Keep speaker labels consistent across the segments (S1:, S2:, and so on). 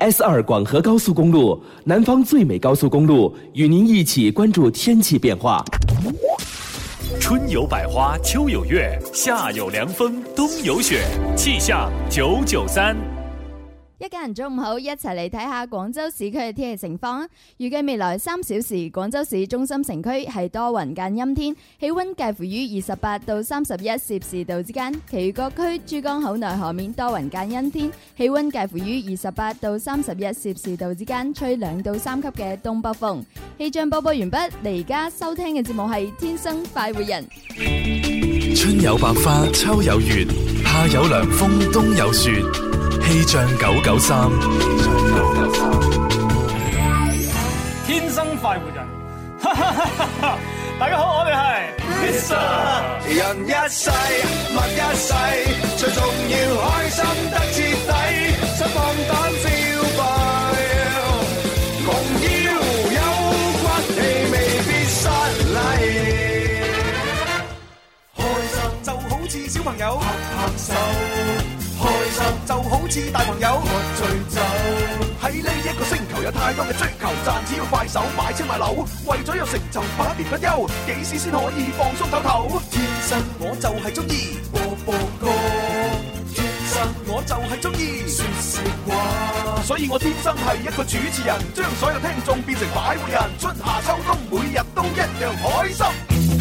S1: S 二广河高速公路，南方最美高速公路，与您一起关注天气变化。
S2: 春有百花，秋有月，夏有凉风，冬有雪。气象九九三。
S3: 一家人中午好，一齊嚟睇下廣州市區嘅天氣情況啊！預計未來三小時，廣州市中心城區係多雲間陰天，氣温介乎於二十八到三十一攝氏度之間；其餘各區珠江口內河面多雲間陰天，氣温介乎於二十八到三十一攝氏度之間，吹兩到三級嘅東北風。氣象播報完畢，你而家收聽嘅節目係《天生快活人》。
S4: 春有百花，秋有月，夏有涼風，冬有雪。氣象九九三，
S5: 天生快活人，大家好，我哋係 Mr.
S6: 人一世，物一世，最重要開心得徹底，想放膽消費，窮要有骨氣，未必失禮。開心就好似小朋友拍拍手，開心就好似大朋友喝醉酒。喺呢一個星球有太多嘅追求，賺錢要快手，買車買樓，為咗有成就百年不休，幾時先可以放鬆唞唞？天生我就係中意播播歌，天生我就係中意説笑話，所以我天生係一個主持人，將所有聽眾變成擺活人，春夏秋冬每日都一樣開心。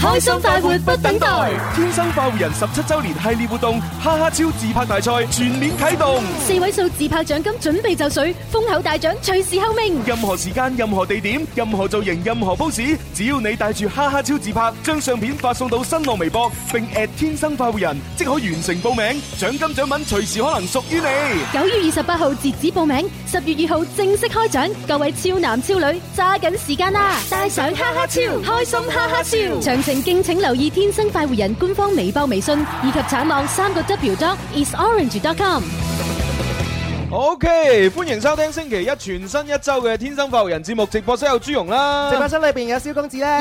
S7: 开心快活不等待，
S6: 天生快活人十七周年系列活动哈哈超自拍大赛全面启动，
S7: 四位數自拍獎金準備就緒，封口大獎隨時候命。
S6: 任何時間、任何地點、任何造型、任何 pose，只要你帶住哈哈超自拍，將相片發送到新浪微博，並 at 天生快活人，即可完成報名，獎金獎品隨時可能屬於你。
S7: 九月二十八號截止報名，十月二號正式開獎，各位超男超女揸緊時間啦！帶上哈哈超，開心哈哈超。詳情敬請留意《天生快活人》官方微博、微信以及橙網三個 W dot isorange.com。
S8: OK，歡迎收聽星期一全新一周嘅《天生快活人》節目，直播室有朱容啦，
S9: 直播室裏邊有蕭公子咧，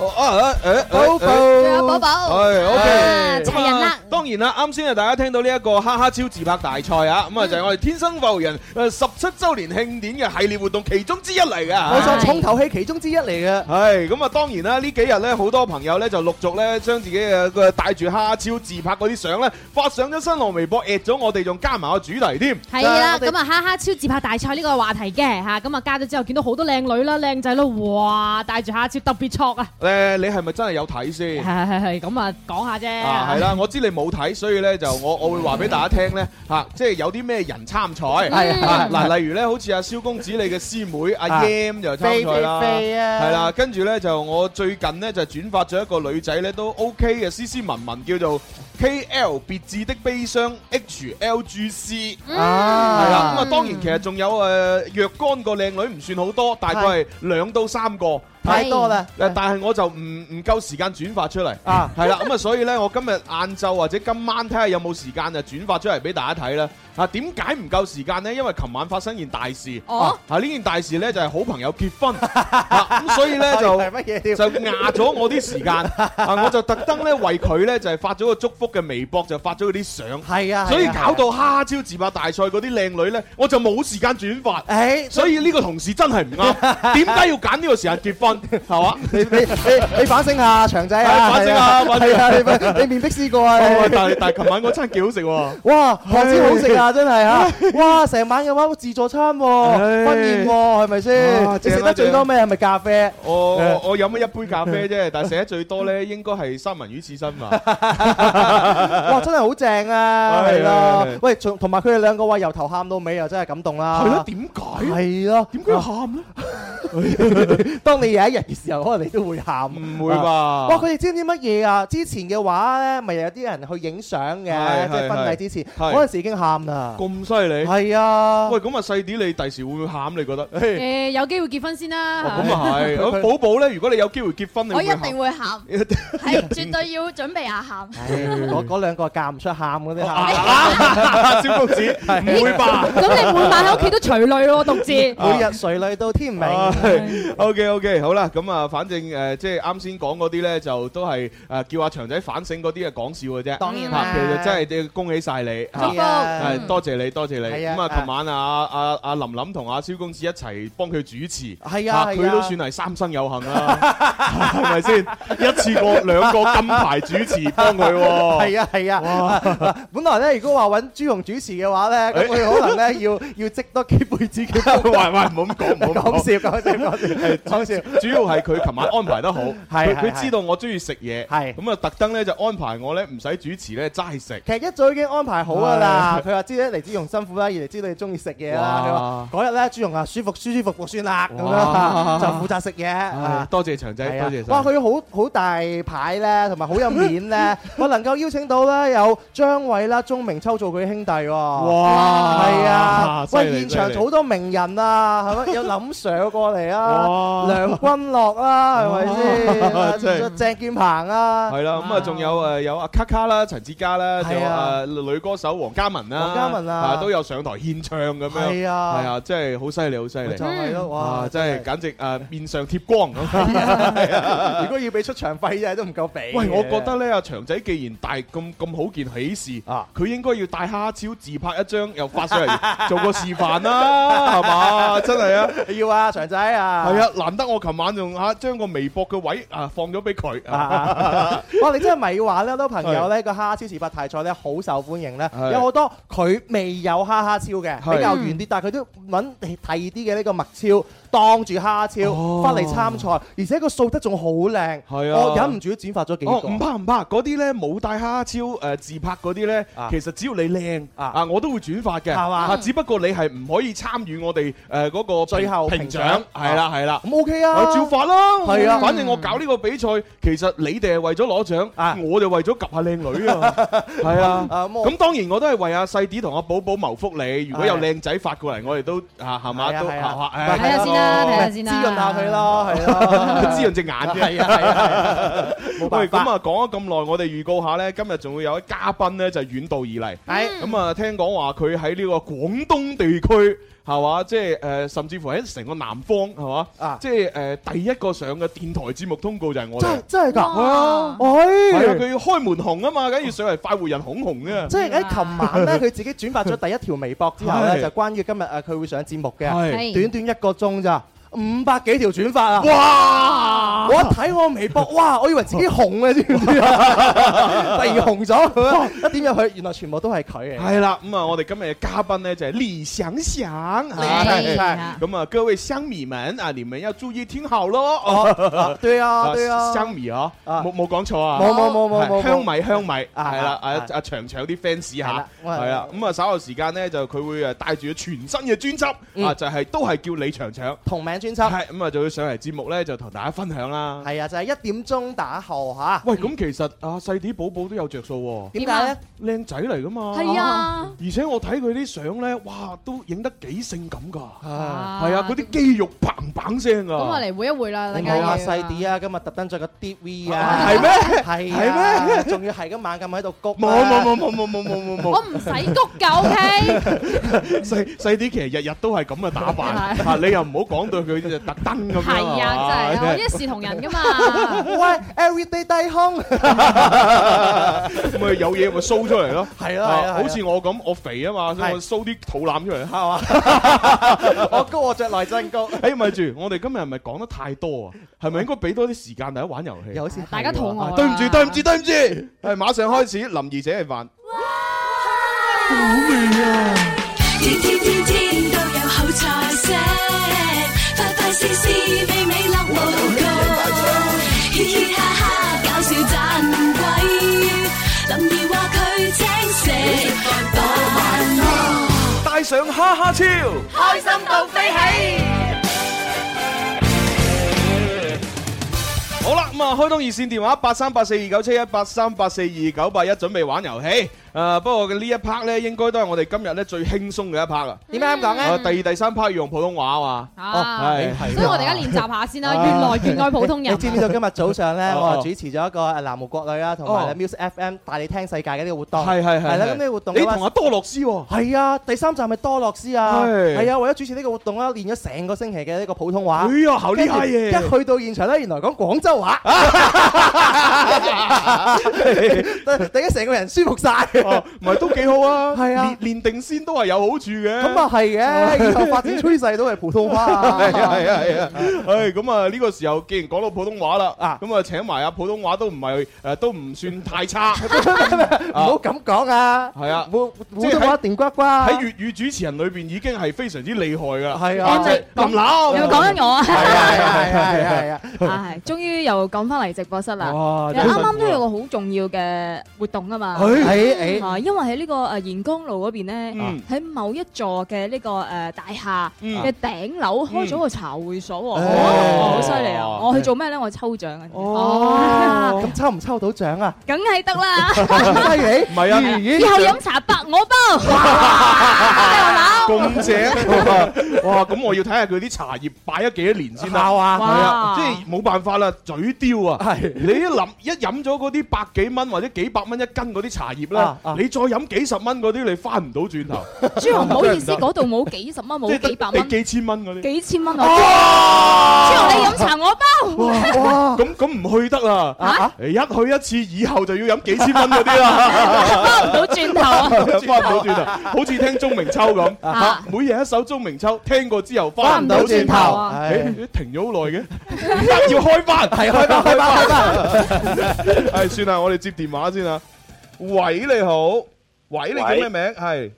S8: 哦啊誒誒，
S9: 寶寶
S8: 仲
S9: 仲有寶寶
S8: 係
S3: 啊
S8: OK，啊
S9: 齊啊人啦。
S8: 當然啦，啱先啊，大家聽到呢一個哈哈超自拍大賽啊，咁啊就係我哋天生浮人誒十七週年慶典嘅系列活動其中之一嚟嘅。
S9: 冇錯，重頭戲其中之一嚟嘅。
S8: 係咁啊，當然啦，呢幾日咧好多朋友咧就陸續咧將自己嘅個帶住哈哈超自拍嗰啲相咧發上咗新浪微博 at 咗我哋，仲加埋個主題添。
S10: 係啦，咁啊哈哈超自拍大賽呢個話題嘅吓，咁啊加咗之後見到好多靚女啦、靚仔啦，哇！帶住哈哈超特別 挫啊！
S8: 誒，你係咪真係有睇先？
S10: 係係係，咁啊講下啫。
S8: 啊，係啦，我知你冇睇，所以咧就我我會話俾大家聽咧嚇，即係有啲咩人參賽
S9: 係
S8: 啊
S9: 係
S8: 嗱，例如咧好似阿蕭公子你嘅師妹阿
S9: 啊
S8: Yam 就參賽啦，
S9: 飛飛飛啊
S8: 係啦，跟住咧就我最近咧就轉發咗一個女仔咧都 OK 嘅斯斯文文叫做 KL 別致的悲傷 HLGC。
S9: 啊
S8: 係啦，咁啊當然其實仲有誒若干個靚女唔算好多，大概係兩到三個。
S9: 太多啦。
S8: 誒，但係我就唔唔夠時間轉發出嚟，
S9: 啊
S8: 係啦，咁啊，所以咧，我今日晏晝或者今晚睇下有冇時間就轉發出嚟俾大家睇啦。啊，點解唔夠時間呢？因為琴晚發生件大事，
S10: 哦
S8: 啊，呢件大事咧就係好朋友結婚，啊咁所以咧就
S9: 係。乜嘢添？
S8: 就壓咗我啲時間， 啊！我就特登咧為佢咧就係發咗個祝福嘅微博，就發咗嗰啲相，
S9: 係啊，
S8: 所以
S9: 係啊
S8: 搞到哈哈超自拍大賽嗰啲靚女咧，我就冇時間轉發，
S9: 誒，
S8: 所以呢個同事真係唔 啱，點解要揀呢個時間結婚？係嘛？
S9: 你你你你反省下長仔
S8: 係
S9: 啊，
S8: 反省下反省
S9: 係
S8: 下
S9: 啊，你你面壁思過啊！
S8: 哦
S9: 你
S8: 但係但係琴晚嗰餐幾好食喎，
S9: 哇，何止好食啊！真係嚇，哇，成晚嘅話自助餐
S8: 唉
S9: 喎，婚宴喎，係咪先？
S8: 啊
S9: 你
S8: 正啊
S9: 食得最多咩？係咪咖啡？
S8: 我 我
S9: 誒
S8: 我飲咗一杯 咖啡啫，但係食得最多咧應該係三文魚刺身嘛。
S9: 哇，真係好正啊！
S8: 係
S9: 係啦
S8: 係係，
S9: 喂，仲同埋佢哋兩個話由頭喊到尾，又啊真係感動啦。
S8: 係咯，點解？
S9: 係咯，
S8: 點解要喊咧？
S9: 當你有一日嘅時候，可能你都會喊。
S8: 唔會吧？
S9: 哇！佢哋知唔知乜嘢啊？之前嘅話咧，咪有啲人去影相
S8: 係
S9: 嘅，即係
S8: 係
S9: 婚
S8: 係
S9: 禮之前，
S8: 係
S9: 嗰陣時已經喊啦。
S8: 咁犀利？
S9: 係啊，
S8: 喂，咁啊細啲，你第時會唔會喊？你覺得？嘿
S10: 誒，有機會結婚先啦。
S8: 哦咁啊係。咁寶寶咧，如果你有機會結婚，你
S3: 我
S8: 會
S3: 一
S8: 唔會
S3: 定
S8: 喊？
S3: 會喊，係絕對要準備下喊。
S9: 唉嗰嗰兩個嫁唔出喊嗰啲喊，
S8: 哦啊！ 小公子，唔會吧？
S10: 咁你每晚喺屋企都垂淚咯，獨自。
S8: 哦
S9: 每日垂淚到天明。
S8: 啊 OK OK，好啦，咁啊，反正誒，即係啱先講嗰啲咧，就都係誒叫阿長仔反省嗰啲係講笑嘅啫。
S9: 當然啦啊
S8: 啊其實真係恭喜晒你，
S9: 祝福
S8: 係多謝你，多謝你。
S9: 係啊
S8: 咁啊，
S9: 啊
S8: 琴晚啊阿阿林林同阿蕭公子一齊幫佢主持，
S9: 係啊係啊
S8: 佢都算係三生有幸啦， 係咪先？一次過兩個金牌主持幫佢喎。
S9: 係啊係啊， 本來咧如果話揾朱紅主持嘅話咧，咁佢可能咧要 要積多幾輩子嘅
S8: 喂喂，唔好咁講，唔好
S9: 講笑講笑講笑講笑。
S8: 主要係佢琴晚安排得好，
S9: 係
S8: 佢
S9: 係
S8: 佢知道我中意食嘢，咁啊特登咧就安排我咧唔使主持咧齋食。
S9: 其實一早已經安排好㗎啦，
S8: 係
S9: 佢話知咧嚟朱紅辛苦啦，二嚟知道你中意食嘢啦。佢話嗰日咧朱紅啊舒服舒舒服服算啦咁
S8: 哇
S9: 樣，就 負責食嘢
S8: 唉
S9: 啊。
S8: 多謝長仔，
S9: 係
S8: 多
S9: 啊
S8: 謝晒
S9: 哇！佢好好大牌咧，同埋好有面咧。 我能夠邀請到咧有張偉啦、鐘明秋做佢兄弟喎。
S8: 哇
S9: 係啊！
S8: 犀利
S9: 喂，現
S8: 犀
S9: 場
S8: 利
S9: 好多名人啊，係咪？有 林 Sir 過嚟啊，
S8: 哇
S9: 梁君樂啦，係咪先
S8: 哇
S9: 啊？
S8: 真係
S9: 鄭健鵬啊，
S8: 係啦，咁啊，仲有誒有阿卡卡啦、陳志嘉啦，仲有
S9: 係啊
S8: 誒女歌手黃嘉文啦，
S9: 黃嘉文啊
S8: 都有上台獻唱咁樣，
S9: 係啊
S8: 係啊，真係好犀利，好犀利，嗯啊
S9: 就係咯哇
S8: 真係簡直誒面上貼光咁。
S9: 如果要俾出場費真係都唔夠俾嘅。
S8: 喂，我覺得咧，阿長仔既然大咁咁好件喜事，
S9: 啊
S8: 佢應該要帶蝦超自拍一張，又發上 嚟做個示範啦，係嘛？真係啊！
S9: 要啊，長仔啊，
S8: 係啊，難得我琴晚仲嚇將個微博嘅位啊放咗俾佢。
S9: 啊哇！你真係咪話咧？好多朋友咧個蝦超時八大賽咧好受歡迎咧，
S8: 係
S9: 有好多佢未有蝦蝦超
S8: 係
S9: 嘅，比較遠啲，但係佢都揾第二啲嘅呢個麥超當住蝦超翻嚟參賽，而且個數得仲好靚，
S8: 哦係啊
S9: 我忍唔住都剪發咗幾
S8: 哦，唔
S9: 個。
S8: 怕唔怕，嗰啲咧冇帶蝦超誒呃自拍嗰啲咧，其實只要你靚啊，我都會轉發嘅，
S9: 係嘛
S8: 啊只不過你係唔可以參與我哋誒嗰個
S9: 最後
S8: 評
S9: 評獎
S8: 獎，係啦係啦。
S9: 咁 OK 啊，
S8: 我照發啦，
S9: 係啊
S8: 反正我搞呢個比賽，其實你哋係為咗攞獎，我就為咗及下靚女啊，係啊。
S9: 啊咁我
S8: 咁當然我都係為阿細啲同阿寶寶謀福利，如果有靚仔發過嚟，我哋都啊係嘛
S9: 係啊
S8: 都
S9: 係啊
S8: 啊
S10: 睇下先啦，睇下先
S9: 滋
S10: 啦，
S9: 潤下佢 咯，係咯，
S8: 滋潤隻眼啫。
S9: 係啊係啊，係啊冇
S8: 喂，
S9: 辦
S8: 咁
S9: 法。
S8: 啊講咗咁耐，我哋預告下呢，今日仲會有一位嘉賓呢，就係遠道而嚟。
S10: 哎
S9: 係
S8: 咁啊，聽講話佢喺呢個廣東地區係嘛，即係誒，甚至乎喺成個南方係嘛
S9: 啊，
S8: 即係誒第一個上嘅電台節目通告就係我
S9: 真
S8: 哋
S9: 係。真係㗎，
S8: 係啊係啊，
S9: 哎。
S8: 佢要開門紅啊嘛，梗要上嚟快活人恐紅啫。
S9: 即係喺琴晚咧，佢自己轉發咗第一條微博之後
S8: 係
S9: 咧，就關於今日誒佢會上節目嘅，
S8: 係
S9: 短短一個鐘咋，五百幾條轉發啊！
S8: 哇！
S9: 我一睇我微博，哇！我以為自己紅嘅，知唔 知啊？突然紅咗，一點入去，原來全部都係佢嚟。
S8: 係啦，咁啊，我哋今日嘅嘉賓呢，就係李想想，
S10: 李
S8: 係
S10: 想想
S8: 咁啊，各位香米們啊，你們要注意聽好咯。哦
S9: 啊對啊，對啊，
S8: 香米啊，
S9: 啊
S8: 冇冇講錯啊？
S9: 冇冇冇冇冇冇
S8: 香米香米
S9: 啊
S8: 係啦，阿
S9: 啊
S8: 阿長長啲 fans
S9: 係
S8: 嚇
S9: 啦，我係
S8: 係啦，咁啊稍後時間咧就佢會誒呃帶住全新嘅專輯
S9: 嗯
S8: 啊，就係都係叫李長長，
S9: 同名專輯
S8: 係咁啊就要上嚟節目咧就同大家分享啦。
S9: 係啊，就係一點鐘打後嚇。
S8: 喂，咁其實阿細啲寶寶都有着數
S9: 點解咧？
S8: 喎，靚仔嚟噶
S7: 哎
S8: 嘛，
S10: 係，啊，
S8: 而且我睇佢啲相咧，哇，都影得幾性感㗎，
S9: 啊
S8: 係啊，嗰啲肌肉砰砰聲
S10: 咁我
S8: 啊，
S10: 嚟會一會啦，大
S9: 你
S10: 家
S9: 冇
S10: 要
S9: 話細啲啊，今日特登着個 D V 啊，
S8: 係咩？
S9: 係
S8: 係
S9: 咩？仲要係咁猛咁喺度谷啊。
S8: 冇冇冇冇冇冇冇冇冇
S10: 我。唔使谷 㗎 OK，
S8: 細細啲其實日日都係咁嘅打扮，
S10: 係
S8: 啊你又唔好講到佢就特登咁樣。
S10: 係啊，真係啊，我一視同仁㗎 嘛，
S9: 喂，everyday 低胸。
S8: 真係。咪有嘢咪 show 出嚟咯。
S9: 係啊係啊係啊
S8: 好似我咁，我肥啊嘛，所以我 show 啲肚腩出嚟。
S9: 係嘛？ 我高我着內增 高，
S8: 誒，哎咪住，我哋今日係咪講得太多啊？係咪應該俾多啲時間大家玩遊戲？
S9: 有時
S10: 大家肚餓
S8: 啊
S10: 啦，
S8: 對唔住，對唔住，對唔住，係馬上開始，林兒姐嘅飯。
S11: 天天天天都有好菜色，快快事事美美樂無窮，嘻嘻哈哈搞笑盞鬼，林兒話佢請食飯咯。
S2: 帶上哈哈超，
S11: 開心到飛起！
S8: 好啦，咁啊，開通熱線電話八三八四二九七一八三八四二九八一，準備玩遊戲。啊，不過呢一 part 咧，應該都係我哋今日咧最輕鬆嘅一 part 啊。
S9: 點解咁講咧
S8: 啊第二、第三 part 要用普通話啊嘛。
S10: 啊
S8: 係係
S10: 所以我哋而家練習下 先啦，
S9: 啊
S10: 原來越 愛普通人。
S9: 你知唔知道今日早上咧，
S8: 哦
S9: 我主持咗一個誒南湖國旅啦，同埋咧 Music FM 帶你聽世界嘅呢個活動。
S8: 係係係
S9: 係啦，
S8: 係
S9: 咁呢個活動
S8: 你
S9: 嘅話
S8: 同阿多樂斯喎。
S9: 係啊，第三站係多樂斯啊，
S8: 係
S9: 係啊，為咗主持呢個活動啦，練咗成個星期嘅呢個普通話。
S8: 哎呀好厲害耶
S9: 跟住一去到現場咧，原來講廣州話， 突然間成個人舒服晒。
S8: 哦唔係都幾好啊。
S9: 係啊
S8: 練，練定先都係有好處嘅。
S9: 咁啊係嘅，以後發展趨勢都係普 通話 啊。
S8: 係啊係啊係啊！唉，咁啊呢個時候既然講到普通話啦，咁啊請埋啊普通話都唔係誒都唔算太差，唔
S9: 好咁講啊！
S8: 係啊，
S9: 普通話定呱呱。
S8: 喺粵語主持人裏邊已經係非常之厲害噶，
S9: 係
S10: 啊
S8: 即係林柳，
S12: 有冇講緊我 啊？
S8: 係啊係啊係啊係啊係啊！
S12: 唉，終於又講翻嚟直播室
S10: Dạ.
S12: 啦！
S8: 哇
S12: 其實
S8: 真係
S12: 啱啱都有個好重要嘅活動啊嘛，
S8: 哎哎哎
S12: 啊因為喺呢個誒沿江路嗰邊咧
S8: 嗯，
S12: 喺某一座嘅呢個誒大廈
S8: 嗯
S12: 嘅頂樓開咗個茶會所喎，
S9: 哎
S12: 哇好犀利啊！
S9: 哦
S12: 我去做咩咧？我抽獎啊！
S9: 哦，咁抽唔抽到獎啊？
S12: 梗係得 啦，
S9: 咁犀利？
S8: 唔係啊
S12: 以後飲茶白我 包，
S8: 咁正，哇！咁我要睇下佢啲茶葉擺咗幾多年先得，係
S9: 啊
S8: 啊
S12: 哇，
S8: 即係冇辦法啦，嘴刁啊！係你一諗一飲咗嗰啲百幾蚊或者幾百蚊一斤嗰啲茶葉啦
S12: 啊啊，
S8: 你再飲幾十蚊嗰啲，你翻唔到轉頭。
S12: 朱紅唔好意思，嗰度冇幾十蚊，冇幾百蚊
S8: 你，幾千蚊嗰啲。
S12: 幾千蚊啊！朱紅
S8: À!
S12: 你飲茶我包。
S8: 哇！咁咁唔去得啦
S12: 啊，
S8: 一去一次以後就要飲幾千蚊嗰啲啦，
S12: 翻唔到轉 頭啊
S8: 翻唔到轉頭，好似聽鐘明秋咁，
S12: 啊
S8: 每日一首鐘明秋，聽過之後
S9: 翻唔到轉頭
S8: 頭，
S9: 係
S8: 誒停咗好耐嘅，要開翻，
S9: 係開翻開翻開
S8: 翻，係算啦，我哋接電話先啦。喂，你好，喂，你叫咩名？係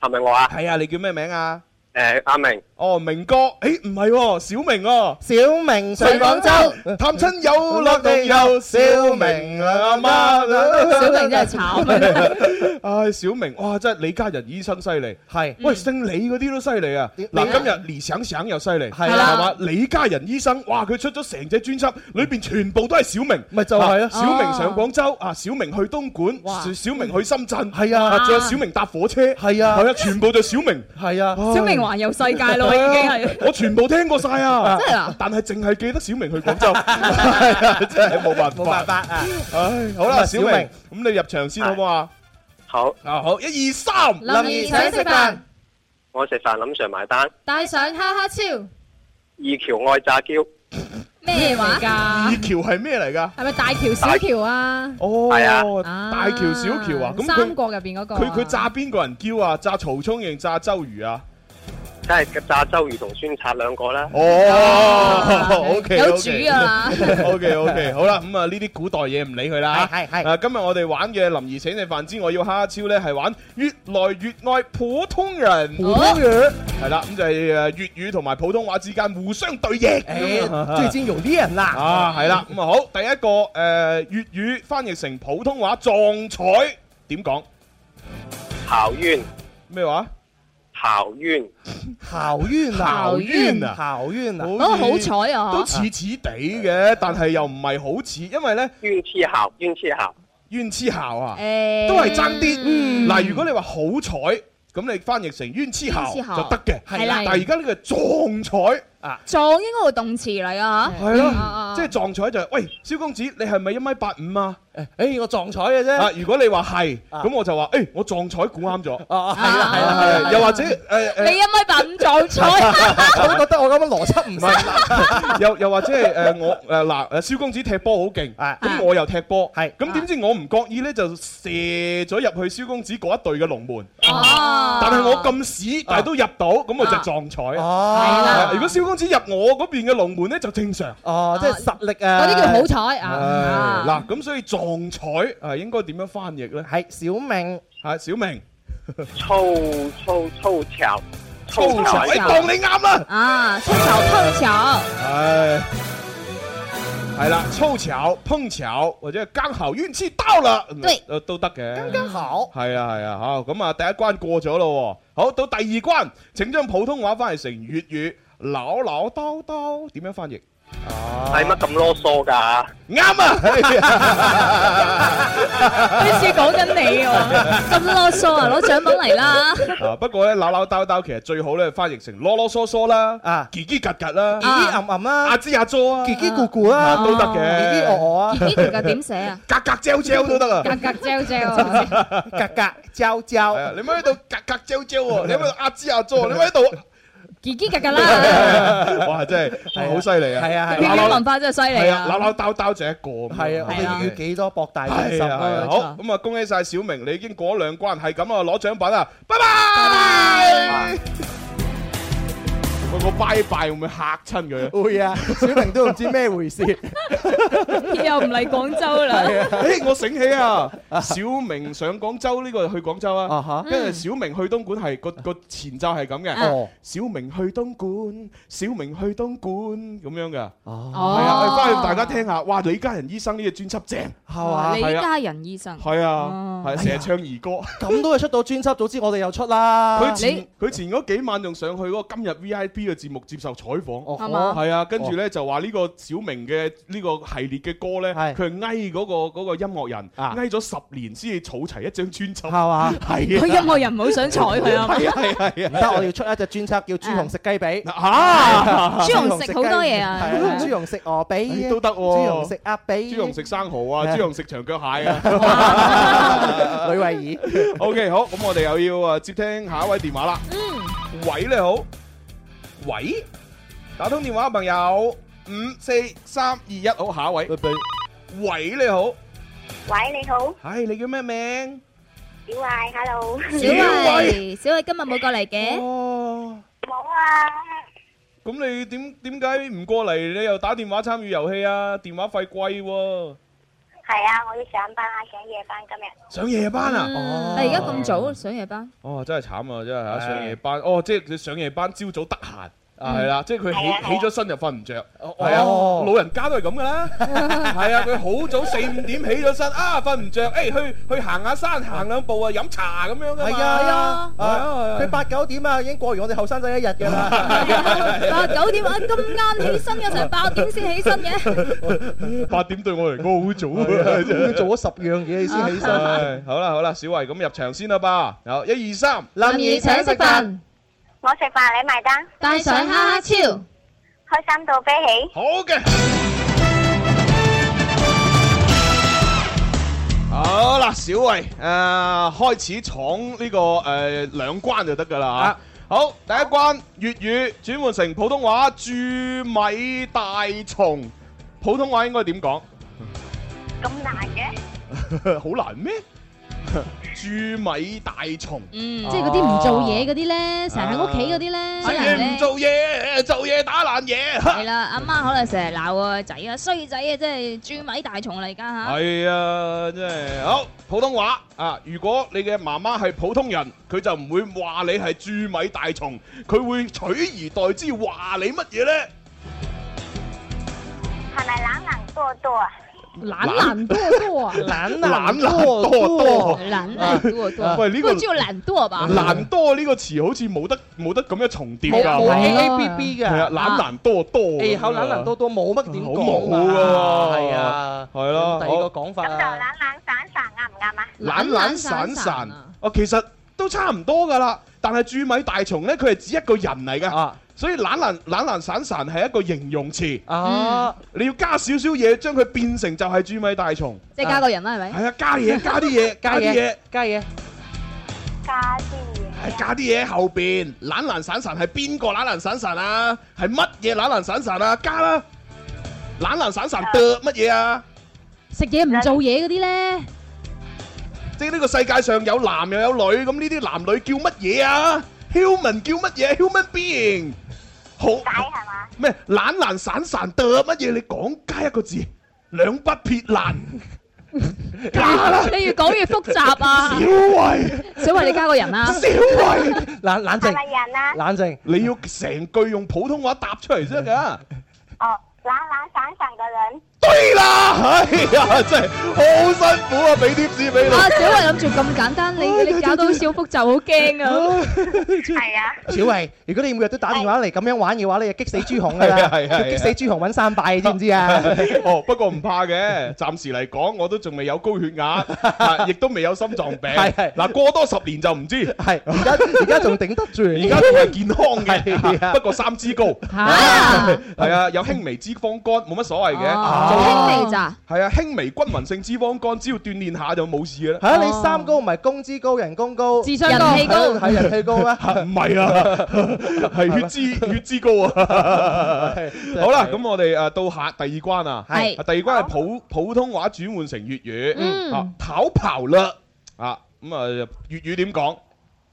S13: 係咪我啊？
S8: 係啊，你叫咩名啊？
S13: 誒，阿明，
S8: 哦，明哥，誒唔係喎，小明喎，
S9: 小明上廣州
S8: 探親友落地又小明啊媽，
S9: 小明真係慘
S8: 唉，小明，哇，真係李家仁醫生犀利，係，喂，姓李嗰啲都犀利啊，嗱，今日李想想又犀利，係
S9: 係啦
S8: 係嘛，李家仁醫生，哇，佢出咗成隻專輯，裏邊全部都係小明，咪就
S9: 係啊
S8: 小明上廣州啊，小明去東莞，小小明去深圳，係啊仲有小明搭火車，係啊，係啊，全部就小明，係啊，
S12: 小明環遊世界咯，已經係。
S8: 我全部聽過晒啊！
S12: 真係啊！
S8: 但係淨係記得小明去廣州， 係啊 真係冇辦法。冇辦法
S9: à.
S8: 啊！唉，好
S9: 咁
S8: 啦，
S9: 啊
S8: 小
S9: 小
S8: 明，
S9: 明
S8: 咁你入場先好唔好啊？
S13: 好
S8: 啊，好，一二三，
S10: 林兒請食飯，啊
S13: 我食飯林 Sir 埋單，
S10: 帶上哈哈超
S13: 二橋愛炸嬌，
S10: 咩話
S8: 二
S10: 㗎？
S8: 橋係咩嚟㗎？
S10: 係咪大橋小橋啊？
S8: 哦，
S13: 係
S10: 啊
S8: 大橋小橋啊，咁
S10: 三
S8: 佢
S10: 國入邊嗰個啊
S8: 佢佢炸邊個人嬌啊？炸曹沖定炸周瑜啊？
S13: 梗係炸周瑜同孫策兩個啦。
S8: 哦，OK，
S13: 有主㗎
S10: 啊
S13: 啦
S8: OK OK，好啦，咁啊呢啲古代嘢唔理佢啦。
S9: 係係係
S8: 啊，今日我哋玩嘅林兒請食飯之外，要蝦超咧係玩越來越愛普通人。
S9: 普通人
S8: 係啦，咁就係誒粵語同埋普通話之間互相對應。
S9: 誒，最近有啲人啦。
S8: 啊，係啦，咁啊好，第一個誒粵語翻譯成普通話撞彩點講？
S13: 校冤
S8: 咩話？
S13: 校冤，
S9: 校冤啊！
S8: 校冤啊！
S9: 校冤啊！
S12: 哦
S8: 好都似似地嘅，但係又唔係好似，因為咧
S13: 冤痴校，冤痴校，
S8: 冤痴校啊，
S13: 誒
S8: 都係爭
S12: 嗯
S8: 啲。嗱，如果你話好彩，咁你翻譯成冤痴校
S12: 冤痴校
S8: 就得嘅，
S12: 係啦
S8: 但係而家呢個係撞彩啊。
S12: 撞應該會動詞嚟啊嚇。
S8: 係咯，即係撞彩就係，喂，蕭公子，你係咪一米八五啊？誒，我撞彩嘅啫。啊，如果你話係，咁我就話，誒，我撞彩估啱咗。啊，係啦，係啦，又或者誒誒，
S12: 你一米八五撞 彩，
S9: 我都覺得我咁樣邏輯唔
S8: 係， 又又或者係誒我誒嗱誒蕭公子踢波好勁，咁我又踢波，係啊咁點知我唔覺意咧就射咗入去蕭公子嗰一隊嘅龍門，但係我咁屎，但係都入到，咁我就撞彩。啊
S9: 係啦
S8: 如果蕭公子入我嗰邊嘅龍門咧就正常。
S9: 哦，即係實力啊！
S10: 嗰啲叫好彩啊！
S8: 唉嗱，咁所以撞彩啊，應該點樣翻譯咧？係小明，係小明，
S13: 粗粗粗巧，
S8: 粗巧哎當你啱啦！
S12: 啊，粗巧碰巧，
S8: 唉，係啦，粗巧、碰巧或者剛好運氣到啦，
S9: 對
S8: 呃都得嘅，剛
S9: 剛好。
S8: 係啊係啊，好咁啊，第一關過咗咯喎，好到第二關，請將普通話翻譯成粵語，扭扭兜兜點樣翻譯？啊
S13: 使乜咁啰嗦㗎？
S8: 啱 啊
S12: 好似講緊你喎，咁啰嗦啊！攞獎品嚟啦，
S8: 啊！不過咧，扭扭兜兜其實最好咧，翻譯成啰啰嗦嗦啦，啊，叽叽格格啦，
S9: 叽叽吟吟啦，
S8: 阿吱阿咗啊，
S9: 叽叽咕咕啦，
S8: 啊都得嘅
S9: 叽叽我我啊，
S12: 呢條嘅點寫啊？
S8: 格格啾啾都得啊，
S12: 格格啾啾啊！
S9: 格格啾啾，
S8: 你咪 喺度格格啾啾喎，你咪喺度阿吱阿 咗，你咪喺度，
S12: 叽叽格格啦，
S8: 哇！真 係好犀利啊，係啊
S12: 粵語文化真係犀利
S8: 係啊，
S12: 啊！
S8: 扭扭兜兜就一個咁樣，
S9: 係啊，我哋
S8: 係啊
S9: 要幾多博大精
S8: 係
S9: 深
S8: 啊，係
S9: 啊
S8: 啊！好咁啊，恭喜晒小明，你已經過咗兩關，係咁啊，攞獎品啊，拜拜！喂，我拜拜會唔會嚇親 佢？
S9: 會啊，小明都唔知咩 回事，
S12: 又唔嚟廣州啦，
S8: 係啊！誒，我醒起啊，小明上廣州呢個去廣州啊，跟住小明去東莞係個個前奏係咁嘅
S9: 哦，
S8: 小明去東莞，小明去東莞咁樣嘅，
S9: 哦
S8: 係啊，翻去大家聽下，哇！李家仁醫生呢個專輯正，係
S9: 嘛
S8: 係
S12: 李
S8: 啊，
S12: 家仁醫生，
S8: 係啊，係成日唱兒歌。
S9: 咁都係出到專輯，早知我哋又出啦。
S8: 佢前佢前嗰幾晚仲上去嗰個今日 V I P 嘅節目接受採訪，
S9: 係嘛
S8: 係啊，跟住咧就話呢個小明嘅呢個系列嘅歌咧，佢係啊翳嗰個嗰個音樂人，翳咗十年先至儲齊一張專輯，係
S9: 嘛？
S8: 係啊
S12: 佢音樂人唔好想睬佢啊嘛！
S8: 係啊係啊係啊，
S9: 唔得，我要出一隻專輯叫《豬紅食雞髀》。
S8: 啊
S12: 豬紅食好多嘢啊
S9: 係豬紅食鵝髀
S8: 咦都得喎
S9: 豬紅食鴨髀，
S8: 豬紅食生蠔啊，豬紅食長腳蟹 啊。
S9: 女慧儀。
S8: O K，好，咁我哋又要啊接聽下一位電話啦。嗯，喂，你好，喂，打通電話嘅朋友，五四三二一，好，下一位，喂，你好，唉，你叫咩名？
S14: 喂，你好，小慧，hello。
S3: 小慧，小慧今日冇過嚟嘅，
S14: 啊
S8: 咁你點點解唔過嚟？你又打電話參與遊戲啊？電話費貴喎，
S14: 冇啊，係啊，我要上班啊，上夜班今日。
S8: 上夜班啊？哦，
S12: 但而家咁早上夜班，
S8: 哦，真係慘啊，真係嚇上夜班。哦，即係佢上夜班，朝早得閒。
S9: 嗯
S8: 啊，係啦，即係佢
S9: 哦
S14: 係啊係啊
S8: 起起咗身就瞓唔着，係啊，老人家都係咁噶啦，係啊，佢好早四五點起咗身，啊，瞓唔着，誒，去去行下山，行兩步啊，飲茶咁樣噶嘛，
S9: 係啊，
S8: 係啊，
S9: 佢八九點啊，已經過完我哋後生仔一日㗎啦。
S12: 啊九點啊咁晏起身嘅，成八點先起身嘅，
S8: 八點對我嚟講好早啊，
S9: 佢做咗十樣嘢你先起身。
S8: 唉好啦好啦，小維咁入場先啦吧，好一二三，
S14: 林怡請食飯，我食飯，你埋單。開心到飛起。
S8: 好嘅。好啦，小維，誒、開始闖呢、個誒、兩關就得㗎啦嚇。好，第一關粵語轉換成普通話，蛀米大蟲，普通話應該點講？ 好難咩？蛀米大蟲，
S10: 即係嗰啲唔做嘢嗰啲
S12: 啊
S10: 咧，成日喺屋企嗰啲咧，
S8: 食嘢唔做嘢，做嘢打爛嘢。
S12: 係啦，阿媽可能成日鬧個仔啊，衰仔啊，真係豬米大蟲嚟㗎嚇，
S8: 係啊，真係好普通話啊！如果你嘅媽媽係普通人，佢就唔會話你係蛀米大蟲，佢會取而代之話你乜嘢呢？
S14: 係咪懶懶惰惰啊？
S12: 懶懶惰惰啊，
S9: 懶
S8: 懶懶多啊多。
S12: 懶懶惰
S8: 哦啊
S12: 惰，
S8: 喂呢個
S12: 不過只有懶惰吧，
S8: 懶多呢個詞好似冇得冇得咁樣重疊
S9: 冇
S8: 㗎，
S9: 冇 A
S8: 係
S9: A B B
S8: 啊，
S9: 㗎。
S8: 懶懶多多咁樣啊，
S9: A 口懶懶多多冇乜點
S8: 好
S9: 講
S8: 冇㗎喎，
S9: 係啊，
S8: 係咯，
S9: 第
S8: 好
S9: 二個講法啊，
S8: 懶懶散散哦，其實都差唔多噶啦。但係蛀米大蟲咧，佢係指一個人嚟嘅，所以懶懶懶懶散散係一個形容詞。
S9: 啊，
S8: 你要加少少嘢，將佢變成就係蛀米大蟲。
S12: 即係加個人啦，係咪？
S8: 係啊，加 嘢，加啲嘢，加啲嘢，
S9: 加嘢，
S8: 係加啲嘢喺後邊。懶懶散散係邊個懶懶散散啊？係乜嘢懶懶散散啊？加啦，懶懶散散得乜嘢啊？
S10: 食嘢唔做嘢嗰啲咧，
S8: 即係呢個世界上有男又有女，咁呢啲男女叫乜嘢啊？Human 叫乜嘢？Human being 好咩？懶懶散散得乜嘢？你講加一個字，兩不撇 爛，加啦！
S12: 你越講越複雜啊
S8: 小！ 維，
S12: 小慧，你加 個人啊！
S8: 小維，
S9: 冷冷靜，
S14: 係咪人啊？
S9: 冷靜，
S8: 你要成句用普通話答出嚟先得㗎。
S14: 哦，懶懶散散個人。
S8: 對啦，哎呀，真係好辛苦啊！俾貼士俾你。
S12: 啊，小慧諗住咁簡單，你
S8: 哎
S12: 你搞到小福就好驚啊！
S14: 係啊，
S9: 小維，如果你每日都打電話嚟咁樣玩嘅話，你就激死朱紅㗎
S8: 係
S9: 啦
S8: 啊係啊係啊，
S9: 激死朱紅揾三拜，知唔知啊？
S8: 哦，不過唔怕嘅，暫時嚟講我都仲未有高血 壓，啊亦都未有心臟病。
S9: 係係
S8: 嗱，過多十年就唔知。
S9: 係而家而家仲頂得住，
S8: 而家 仲係健康嘅，不過三脂高。 係啊，有輕微脂肪肝冇乜所謂嘅。
S3: 輕微咋？
S8: 係啊，輕微均勻性脂肪肝，只要鍛鍊下就冇事嘅啦。
S9: 係啊，你三高唔係工資高、人工高、
S10: 智商高人氣高
S9: 係人氣高 咩？
S8: 唔係啊，係血脂血脂高啊！好啦，咁我哋誒到下第二關啊，
S9: 係
S8: 啊第二關係普普通話轉換成粵
S14: 嗯
S8: 語，啊跑跑啦啊咁啊粵語點講？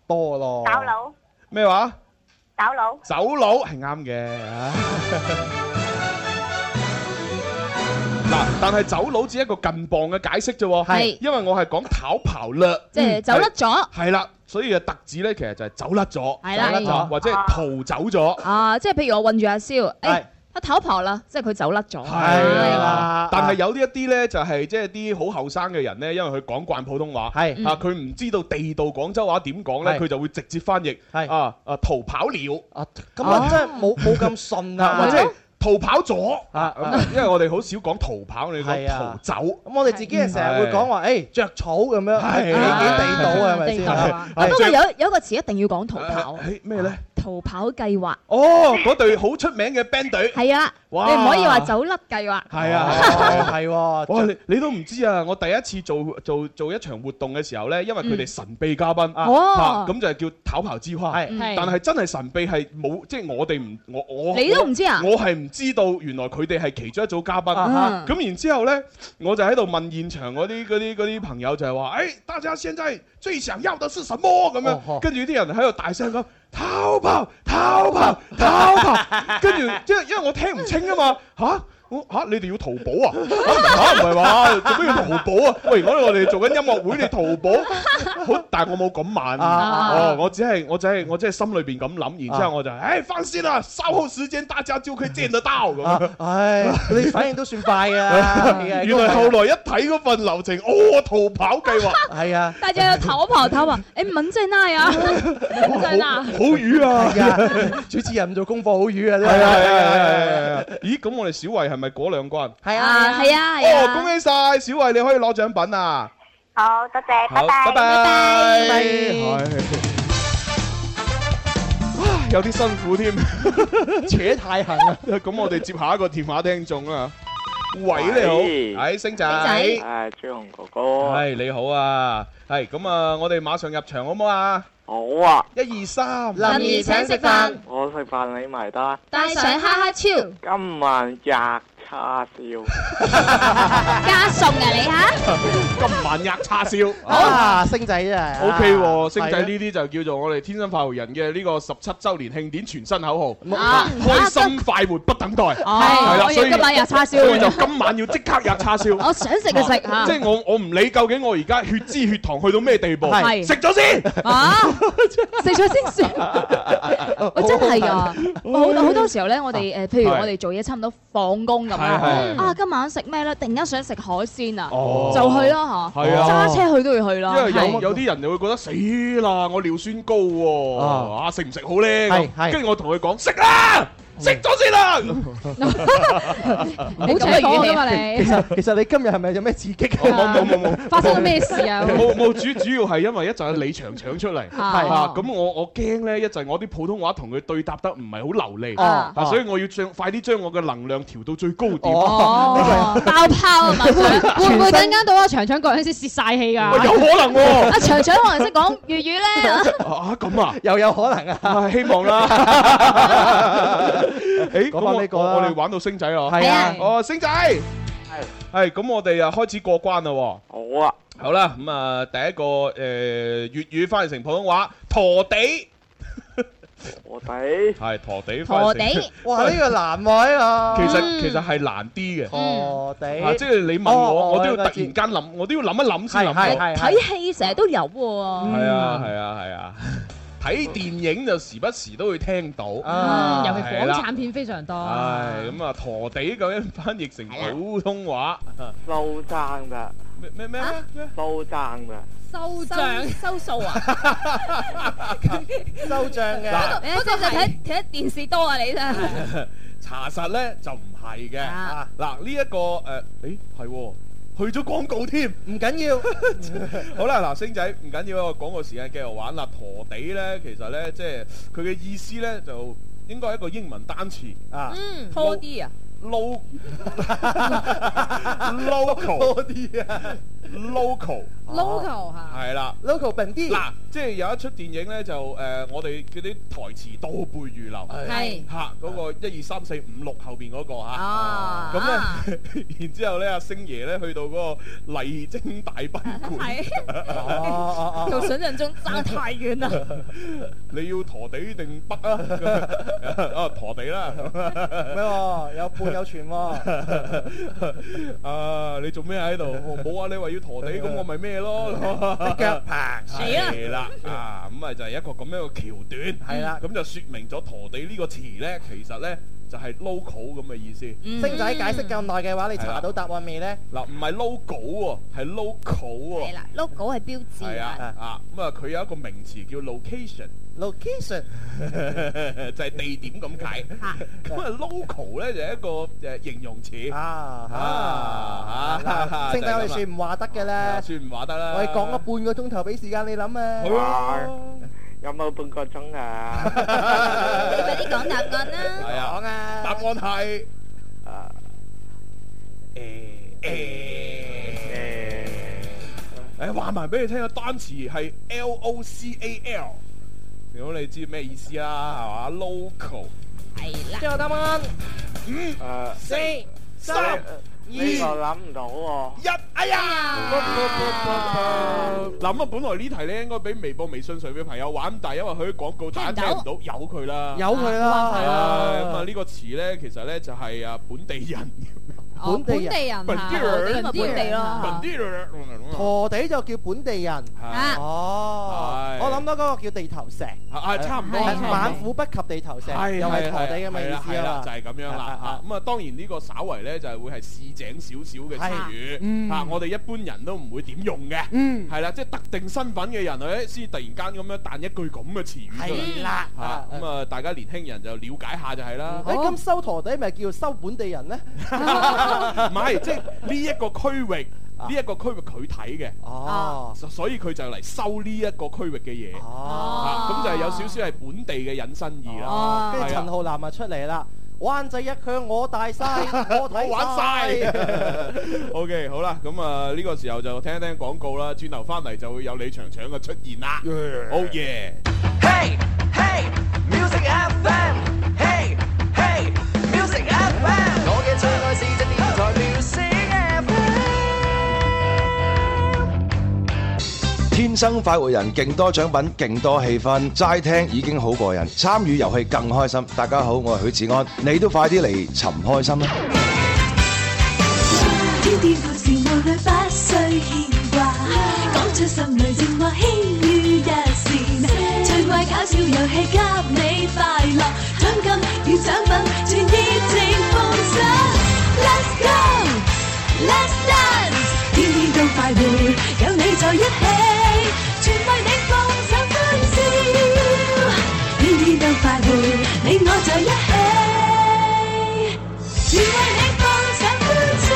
S9: 多咯
S14: 走佬，
S8: 咩話？
S14: 走佬，
S8: 走佬係啱嘅。 啊嗱，但係走佬只係一個近磅嘅解釋啫喎，
S12: 係
S8: 因為我係講跑跑啦，
S12: 即係走甩咗
S8: 係啦，所以嘅特指咧其實就係走甩咗，
S12: 係啦
S8: 走甩咗
S12: 係
S8: 或者係逃走咗。
S12: 啊，即係譬如我韞住阿蕭，哎
S8: 係
S12: 誒，阿頭婆啦，即係佢走甩咗，
S8: 係啦
S9: 啦，
S8: 但係有呢一啲呢，就係即係啲好後生嘅人呢，因為佢講慣普通話，
S9: 係
S8: 啊，佢唔知道地道廣州話點講呢，
S9: 係
S8: 佢就會直接翻譯，啊啊逃跑了，
S9: 啊咁啊真係冇冇咁 順啊，
S8: 或者係逃跑咗
S9: 啊
S8: 啊，因為我哋好少講逃跑，你講
S9: 係
S8: 逃
S9: 啊
S8: 走，
S9: 咁我哋自己係成日會講話，誒着草咁樣，幾幾地道啊，係咪
S12: 地
S9: 先
S12: 道
S9: 啊？
S12: 啊不過有有一個詞一定要講逃跑，
S8: 誒咩呢？
S12: 逃跑計劃
S8: 哦，嗰隊好出名嘅 band 隊，
S12: 係啊，你
S8: 哇
S12: 唔可以話走甩計劃，
S8: 係啊。
S9: 係喎，
S8: 哇！你你都唔知啊！我第一次做做做一場活動嘅時候呢，因為佢哋神秘嘉賓啊，
S12: 嗯哦
S8: 啊咁就係叫討刨之花。
S9: 係
S12: 係
S8: 但係真係神秘係冇，即係我哋唔我我
S12: 你都唔知啊
S8: 我係唔知道原來佢哋係其中一組嘉賓。
S9: 啊
S12: 嗯
S8: 咁然之後呢，我就喺度問現場嗰啲嗰啲嗰啲朋友就係話：，誒，大家現在最想要的是什麼？咁
S9: 哦哦
S8: 樣，跟住啲人喺度大聲咁。逃跑，逃跑，逃 跑，跟住即係因為我聽唔清啊嘛，吓，我吓你哋要淘寶 啊？吓唔係話做咩要淘寶啊？喂，我我哋做緊音樂會，你淘寶好，但係我冇咁慢，
S9: 啊
S8: 哦，我只係我只係我只係心裏邊咁諗，然之後我就誒放心啦，稍後時間大家就可以見得到咁樣。
S9: 啊，唉，你反應都算快 啊！
S8: 原來後來一睇嗰份流程，哦，逃跑計 劃，
S9: 係啊。
S12: 大家要逃跑 逃跑，誒，敏正那呀，
S8: 哎
S12: 敏正那，
S8: 好魚啊！
S9: 係啊，主持人唔做功課好魚啊，真
S8: 係啊係啊係啊
S9: 係
S8: 係啊！咦，咁我哋小慧係咪過兩關？
S9: 係啊，
S12: 啊，係啊，係
S8: 哦，
S12: 啊
S8: 恭。喜晒小慧，你可以攞獎品啊！
S14: 好多謝，
S8: 好，
S14: 拜拜，
S8: 拜拜，唉有啲辛苦添，
S9: 扯太行啊！
S8: 咁我哋接下一個電話聽眾啊。喂，你好，係星仔，
S12: 星
S13: 诶，朱紅哥哥，
S8: 係你好啊，係咁啊，我哋馬上入場好唔好啊？
S13: 好啊，
S8: 一二三，
S12: 林怡請食飯，
S13: 我食飯你埋單，
S12: 帶上哈哈超
S13: 今晚吔叉燒，
S12: 加餸啊你嚇，
S8: 今晚吔叉 燒。
S9: 啊，星仔真係
S8: O K
S12: 啊
S8: 喎，星仔呢啲就叫做我哋天生快活人嘅呢個十七周年慶典全新口號，
S9: Ờ.
S12: 啊
S8: 開心快活不等待，係
S12: 係
S8: 啦，
S12: 哦我
S8: 所
S12: 要
S8: 以
S12: 今晚有叉
S8: 所以就
S12: 燒，
S8: 今晚要哦即刻吔叉燒。啊
S12: 我啊想食就食嚇
S8: 即。係我我唔理究竟我而家血脂血糖去到咩地步，
S9: 係
S8: 食咗 先。
S12: 啊！食咗先算，我真係㗎。好好多時候咧，我哋誒，譬如
S8: 係
S12: 我哋做嘢差唔多放工咁
S8: 係
S12: 啦，啊，今晚食咩咧？突然間想食海鮮啊，
S8: 哦
S12: 就去啦嚇，
S8: 係啊
S12: 揸車去都要去啦
S8: 因。為有
S12: 係
S8: 有啲人就會覺得死啦，我尿酸高喎，
S9: 啊
S8: 啊食唔食好咧？
S9: 係
S8: 咁
S9: 係
S8: 跟住我同佢講食啦，
S12: 嗯
S8: 食咗先啦。
S10: 好扯多噶嘛
S9: 其
S10: 你，
S9: 實其實你今日係咪有咩刺激
S8: 冇冇冇冇
S10: 發生咗咩事 啊？
S8: 冇冇主主要係因為一陣李長長出嚟，
S10: 啊
S8: 啊咁我我驚咧一陣我啲普通話同佢對答得唔係好流利，
S9: 哦
S8: 啊所以我要將快啲將我嘅能量調到最高點。
S10: 哦，
S12: 爆泡啊嘛！
S10: 會唔會等間到阿長長個人先泄晒氣
S8: 喂 有
S10: 㗎？
S8: 可能喎，
S12: 阿長長可能識講粵語咧，
S8: 啊咁 啊！
S9: 又有可能啊！
S8: 啊，希望啦。
S9: 講返呢
S8: 誒，咁
S9: 個
S8: 我
S9: 啦
S8: 我哋玩到星仔啦。
S9: 係啊
S8: 哦，星仔，係咁，我哋啊開始過關啦喎。
S13: 好啊，
S8: 好啦，咁啊，第一個誒粵語翻譯成普通話，陀地
S13: 我哋
S8: 係陀地翻
S12: 陀
S8: 譯成
S12: 地。
S9: 哇，呢個難位啊！
S8: 其實其實係難啲嘅。
S9: 陀地
S8: 啊！即係你問
S9: 哦
S8: 我，
S9: 哦
S8: 我都要
S9: 我
S8: 突
S9: 知
S8: 然間諗，我都要諗一諗先諗
S9: 係嗯
S8: 到。啊
S9: 係係
S8: à.
S12: 睇戲成日都有喎。
S8: 係啊係啊係啊！睇電影就時不時都會聽到，
S9: 啊
S10: 嗯尤其
S8: 係
S10: 港
S8: 啦
S10: 產片非常多。
S8: 唉，咁啊，陀地究竟翻譯成
S9: 啊
S8: 普通話？
S13: 收爭噶。
S8: 咩咩咩
S9: 啊
S8: 咩？
S13: 收爭噶。
S10: 收帳收數啊！
S9: 收帳嘅
S15: 嗰度嗰度就睇睇電視多啊！你真係。
S8: 查實咧就唔係嘅。啊嗱，呢一個誒，誒係喎。去咗廣告添，
S9: 唔緊要。
S8: 好啦，嗱，星仔唔緊要，我廣告時間繼續玩啦。陀地咧，其實咧，即係佢嘅意思咧，就應該係一個英文單詞啊。
S15: 嗯，拖啲啊，
S8: 撈 local 多啲啊，local
S10: local 嚇，
S8: 係啦
S9: ，local 並啲
S8: 嗱，即係有一出電影咧，就誒、呃我哋嗰啲台詞倒背如流，
S10: 係
S8: 嚇嗰、個一二三四五六後邊嗰、個嚇，
S15: 啊
S8: 咁咧、 然之後咧阿星爺咧去到嗰個麗晶大賓館，
S9: Ờ,
S15: 係，同想象中爭太遠啦。
S8: 你要陀地定北啊？啊陀地啦，
S9: 咩喎？有半有全喎。
S8: 啊！你做咩 喺度？我冇啊！你話要陀地，咁我咪咩咯？
S9: 一腳拍死啦
S8: 係啦啊！咁啊就係一個咁樣嘅橋段，
S9: 係啦
S8: 咁就説明咗陀地呢個詞咧，其實咧就係 local 咁嘅意思。
S9: 星仔解釋咁耐嘅話，你查到答案未呢？
S8: 嗱，唔係 logo 喎，係 local 喎。
S15: logo 係標
S8: 係
S15: 誌
S8: 啊，啊咁啊，佢有一個名詞叫 location。
S9: location
S8: 就係地點咁解。咁啊，local 咧就係一個誒形容詞。
S9: 啊
S8: 啊
S9: 星仔，我哋算唔話得嘅咧。
S8: 算唔話得啦。
S9: 我哋講咗半個鐘頭，俾時間你諗啊。
S8: 好啊
S13: 有冇半個鐘啊？
S15: 快啲講答案啦！
S8: 係啊，
S9: 講啊，
S8: 答案係
S13: 啊
S8: 誒話埋俾你聽個單詞係 L O C A L，如果你知咩意思啦，係嘛？local
S15: 係啦。
S9: 最後答案
S8: 五
S13: 誒
S8: 嗯四三
S13: 呢個
S8: 二
S13: 諗唔到喎。
S8: 一，哎呀！嗱咁啊，本來呢題咧應該俾微博、微信上邊朋友玩，但係因為佢啲廣告大家聽唔到，由佢啦，
S9: 由佢啦
S8: 係
S9: 係
S8: 啊
S9: 啊。
S8: 咁啊，呢個詞咧其實咧就係啊本地人，
S9: 本地人
S8: 本地人，
S15: 本地咯
S8: 本地人，
S9: 陀地就叫本地人。
S8: 啊
S9: 哦，
S8: 係
S9: 我諗到嗰個叫地頭蛇。
S8: 啊差唔多差唔多
S9: 猛虎不及地頭蛇，
S8: 係
S9: 又係陀地咁嘅
S8: 係
S9: 意
S8: 啦
S9: 思
S8: 係
S9: 啊
S8: 啦就
S9: 嘛。
S8: 係咁樣啦嚇。咁啊，當然呢個稍為咧就係會係市井少少嘅詞語
S9: 嗯
S8: 嚇，我哋一般人都唔會點用嘅。
S9: 嗯
S8: 係啦，即係特定身份嘅人誒，先突然間咁樣彈一句咁嘅詞語出嚟。
S9: 係啦
S8: 嚇咁啊，大家年輕人就了解下就係 啦。
S9: 誒咁收陀地咪叫收本地人呢？
S8: 唔係，即係呢一個區域，呢一個區域佢睇嘅，
S9: Ờ. 哦
S8: 所所以佢就嚟收呢一個區域嘅嘢，啊
S9: 哦
S8: 咁就係有少少係本地嘅引申義啦。
S9: 跟住
S8: 係啊
S9: 陳浩南啊出嚟啦，灣仔一向我大晒，我睇
S8: 玩晒。OK，好啦，咁啊呢個時候就聽一聽廣告啦，轉頭翻嚟就會有李長長嘅出現啦。Oh yeah！
S6: Music FM，Hey Hey Music FM，我嘅最愛是只電台 Music FM。
S16: 天生快活人，勁多獎品，勁多氣氛，齋聽已經好過癮，參與遊戲更開心。大家好，我係許志安，你都快啲嚟尋開心啦！
S11: 天天故事無慮不需牽掛，講出心裏情話，輕於一線。趣怪搞笑遊戲給你快樂，獎金與獎品全熱情奉上。Let's go，Let's dance，天天都快活，有你在一起，全為你奉上歡笑。天天都快活，你我在一起，全為你奉上歡笑。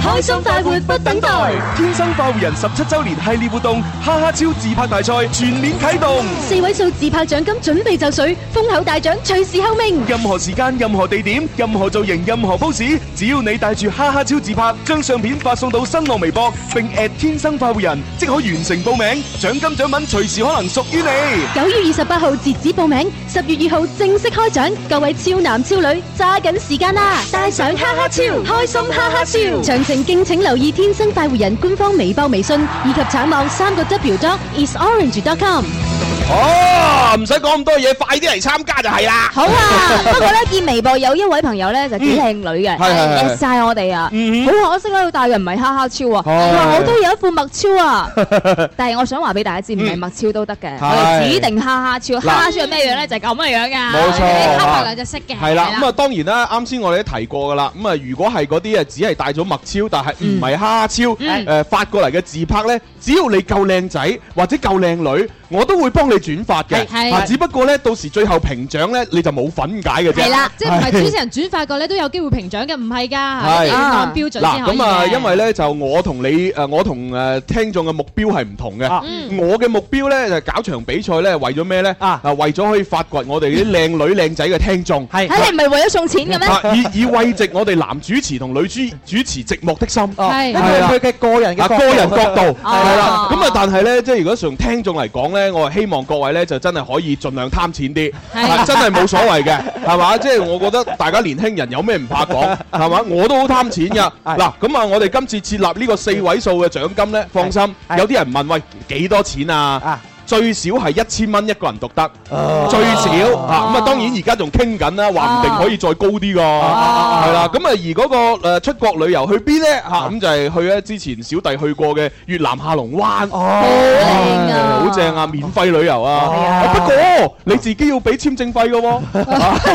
S17: 开心快活不等待，天生快活人十七周年系列活动哈哈超自拍大赛全面启动，
S7: 四位數自拍獎金準備就緒，封口大獎隨時候命。
S17: 任何時間、任何地點、任何造型、任何 pose，只要你帶住哈哈超自拍，將相片發送到新浪微博並 at 天生快活人，即可完成報名，獎金獎品隨時可能屬於你。
S7: 九月二十八號截止報名，十月二號正式開獎，各位超男超女揸緊時間啦！帶上哈哈超，開心哈哈超。詳情敬請留意《天生快活人》官方微博、微信以及橙網三個 W dot isorange dot com。
S8: 哦，唔使講咁多嘢，快啲嚟參加就係啦。
S12: 好啊， 不過咧見微博有一位朋友咧就幾靚女嘅
S8: 嗯係係係
S12: at 晒我哋啊，
S8: 嗯哦
S12: 好可惜啦，佢戴嘅唔係哈哈超啊，佢話我都有一副墨超 啊，但係我想話俾大家知，唔係墨超都得嘅，
S8: 嗯係
S12: 我哋指定哈哈超，
S8: 嗱
S12: 哈哈超係咩樣咧？就係咁嘅樣㗎，
S8: 冇錯
S12: 你黑白
S8: 啊
S12: 兩隻色嘅，
S8: 係啦，咁啊當然啦，啱先我哋都提過噶啦，咁啊如果係嗰啲啊只係戴咗墨超，但係唔係蝦超，
S12: 嗯
S8: 誒發過嚟嘅自拍呢，只要你夠靚仔或者夠靚女，我都會幫你轉發嘅
S10: 係。係
S8: 啊只不過呢，到時最後評獎呢，你就冇份解嘅啫。
S10: 係啦，即係唔係主持人轉發過咧都有機會評獎嘅，唔係㗎，
S8: 係
S10: 係按標準先可
S8: 嗱，
S10: 以
S8: 咁啊，
S10: 嘅
S8: 因為咧就我同你誒，我同誒聽眾嘅目標係唔同嘅。
S10: 嗯
S8: 我嘅目標咧就搞場比賽咧，為咗咩咧？啊，為咗可以發掘我哋啲靚女靚仔嘅聽眾。係
S12: 哎嚇你唔係為咗送錢嘅
S8: 哎啊
S12: 咩？
S8: 以以慰藉我哋男主持同女主主持寂寞的心，
S12: 係
S9: 因為佢嘅個哦人嘅
S8: 啊
S9: 角度
S8: 個人角度
S9: 哦
S8: 係啦。咁啊，但係咧，即係如果從聽眾嚟講咧，我係希望各位咧就真係可以盡量貪錢啲，
S9: 係
S8: 啊真係冇所謂嘅， 係嘛？即係我覺得大家年輕人有咩唔怕講，係嘛？我都好貪 錢㗎。嗱，咁啊，我哋今次設立呢個四位數嘅獎金咧，放心，有啲人問喂幾多錢啊？最少係一千蚊一個人獨得，最少啊！咁啊，當然而家仲傾緊啦，話唔定可以再高啲㗎，係啦。咁啊，而啊嗰個誒出國旅遊去邊咧嚇？咁就係去咧之前小弟去過嘅越南下龍灣，好 正啊，好正啊，免費旅遊啊！不過你自己要俾簽證費㗎喎。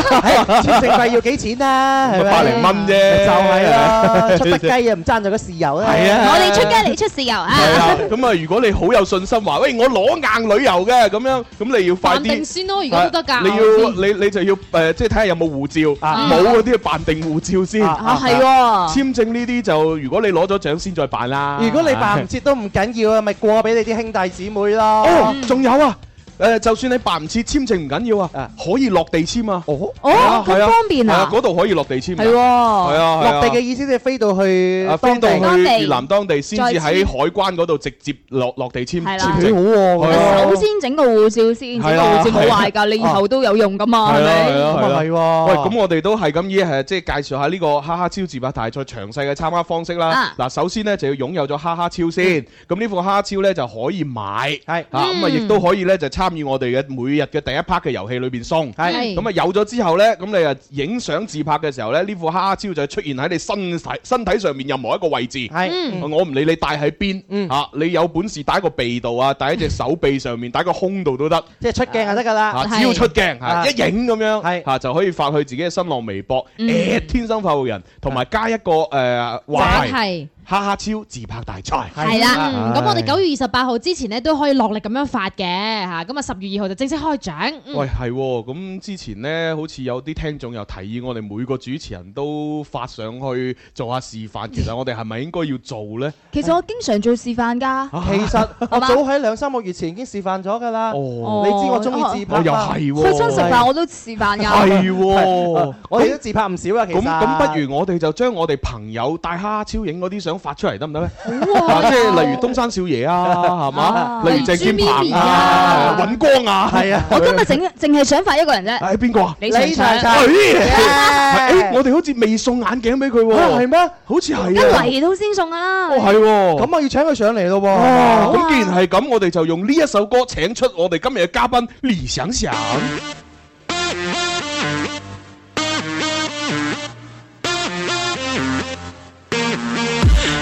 S9: 簽證費要幾錢啊？係咪
S8: 百零蚊啫
S9: 就係 啦，出得雞啊，唔爭咗個豉油啦。
S8: 係啊
S12: 我哋出街你出豉油啊！
S8: 係啦，咁啊，如果你好有信心話，喂，我攞硬旅遊嘅咁樣，咁你要快
S10: 扮
S8: 啲
S10: 定先咯，而家都得㗎。
S8: 你要你你就要誒，即係睇下有冇護照，
S10: 啊
S8: 冇嗰啲要辦定護照先。
S9: 啊
S12: 係喎
S8: 簽證呢啲就如果你攞咗獎先再辦啦。
S9: 如果你辦唔切都唔緊要啊，咪過俾你啲兄弟姊妹咯。
S8: 哦，仲有啊。誒，就算你辦唔切簽證唔緊要啊，可以落地簽啊！
S9: 哦，
S12: 哦咁方便啊
S8: 係嗰度可以落地簽㗎。
S9: 係喎
S8: 係啊，係啊
S9: 落地嘅意思即係飛到去
S8: 啊，飛
S9: 當
S8: 到
S9: 地
S8: 去越南當地先至喺
S12: 再
S8: 海
S12: 簽
S8: 關嗰度直接落落地簽
S12: 係
S8: 簽
S12: 啦
S8: 證。
S9: 好
S8: 係啊
S12: 首先整個護照先，整個護照冇壞㗎，你以後都有用㗎嘛，係咪？
S8: 係啊，係啊，係啊。
S9: 咁啊係喎。
S8: 喂，咁我哋都係咁依，係，即係介紹下呢個哈哈超自拍大賽詳細嘅參加方式啦。
S9: 啊。
S8: 嗱，首先呢，就要擁有咗哈哈超先。咁呢副哈哈超呢，就可以買。啊，
S9: 嗯。
S8: 咁啊，亦都可以呢，就參與我哋嘅每日嘅第一part嘅遊戲裏邊送。
S9: 係。
S8: 咁啊，有咗之後呢，咁你啊影相自拍嘅時候呢，呢副哈哈超就出現喺你身體-身體上面任何一個位置。
S9: 嗯。
S8: 我唔理你戴喺邊，啊，你有本事戴個鼻度啊，戴喺隻手臂上面，戴個胸度都得。
S9: 即係出鏡就得㗎啦
S8: 啊，。只要出鏡
S9: 啊
S8: 嚇，一影咁樣嚇就可以發去自己嘅新浪微博
S9: 嗯
S8: 誒天生發育人，同埋加一個誒話題，
S10: 係。
S8: 哈哈超自拍大賽。
S10: 係啦，嗯咁我哋
S8: 唉
S10: 九月二十八號之前咧都可以落力咁樣發嘅嚇，咁啊十月二號就正式開獎。嗯
S8: 喂，係喎，咁之前呢，好似有啲聽眾又提議我哋每個主持人都發上去做下示範，其實我哋係咪應該要做呢？
S12: 其實我經常做示範㗎。
S8: 啊
S9: 其實我
S12: 係嘛
S9: 早喺兩三個月前已經示範咗㗎啦。你知我中意自拍
S8: 哦又
S9: 嘛
S8: 係喎
S12: 去親食飯我都示範㗎。
S8: 係啊喎，
S9: 我哋都自拍唔少啊，其實。
S8: 咁咁，不如我哋就將我哋朋友戴蝦超影嗰啲相發出嚟得唔得咧？啊即係例如東山少爺啊，係嘛？例如鄭健鵬啊，尹光啊，係啊。
S12: 我今日整淨係想發一個人啫。
S8: 係邊個啊？
S12: 李尚
S8: 哎
S12: 祥。
S8: 哎我哋好似未送眼鏡俾佢
S9: 啊
S8: 喎。
S9: 係咩？
S8: 好似
S12: 一
S8: 係啊。
S12: 嚟到先送㗎啦。
S8: 哦，係喎。
S9: 咁我要請佢上嚟咯
S8: 哦
S9: 喎。
S8: 咁既然係咁，我哋就用呢一首歌請出我哋今日嘅嘉賓李想想。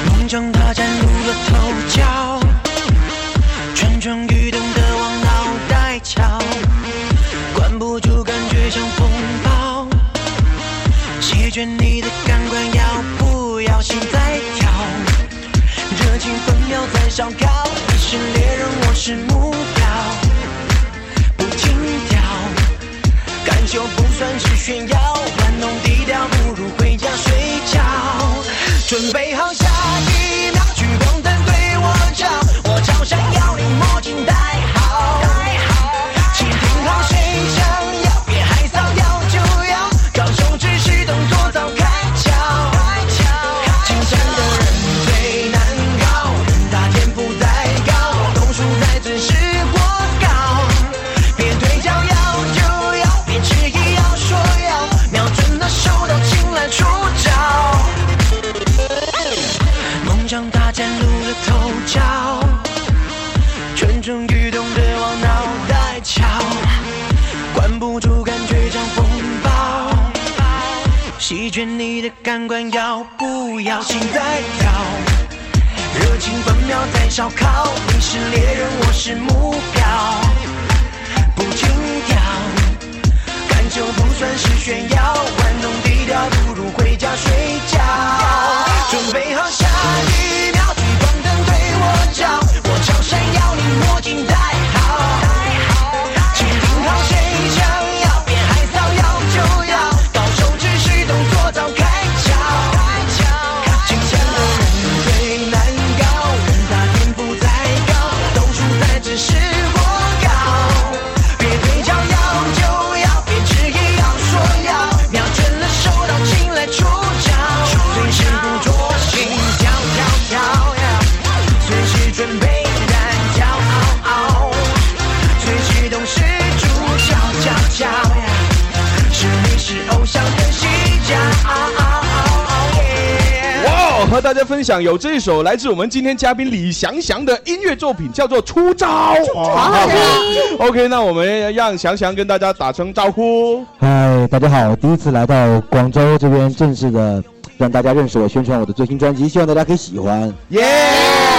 S18: 梦中他站入了头角，蠢蠢欲动的往脑袋敲，管不住感觉像风暴，席卷你的感官，要不要心在跳？热情分秒在烧烤，你是猎人，我是目标，不停跳，感受不算是炫耀，玩弄低调不如回家睡觉，准备好下一秒，聚光灯对我照，我朝向要你墨镜戴好，请听好谁想要，别害臊要就要，高手只是动作早开窍，紧张的人最难搞，人大天赋再高，动数再准是过高。别对焦要就要，别迟疑要说要，瞄准那手到擒来出招。席卷你的感官，要不要请代表？热情分秒在烧烤，你是猎人，我是目标，不停调，感受不算是炫耀，玩弄低调不如回家睡觉。准备好下一秒，光灯对我照，我朝山要你墨镜戴好。请听好，谁想要别害臊，要就要，高手只是动作早开窍。金钱的人最难搞，人他天赋再高，都输在只是火高。别推敲，要就要，别迟疑，要说要，瞄准了手到擒来出招，随时捕捉心跳跳跳呀，随时准备胆跳嗷嗷。最激动是主角，角角呀，是你是偶像的视角。
S8: 哇！和大家分享有这一首来自我们今天嘉宾李翔翔的音乐作品，叫做《出招》。哇 OK，那我们让翔翔跟大家打声招呼。
S16: 嗨，大家好，第一次来到广州这边，正式的让大家认识我，宣传我的最新专辑，希望大家可以喜欢，
S8: 耶！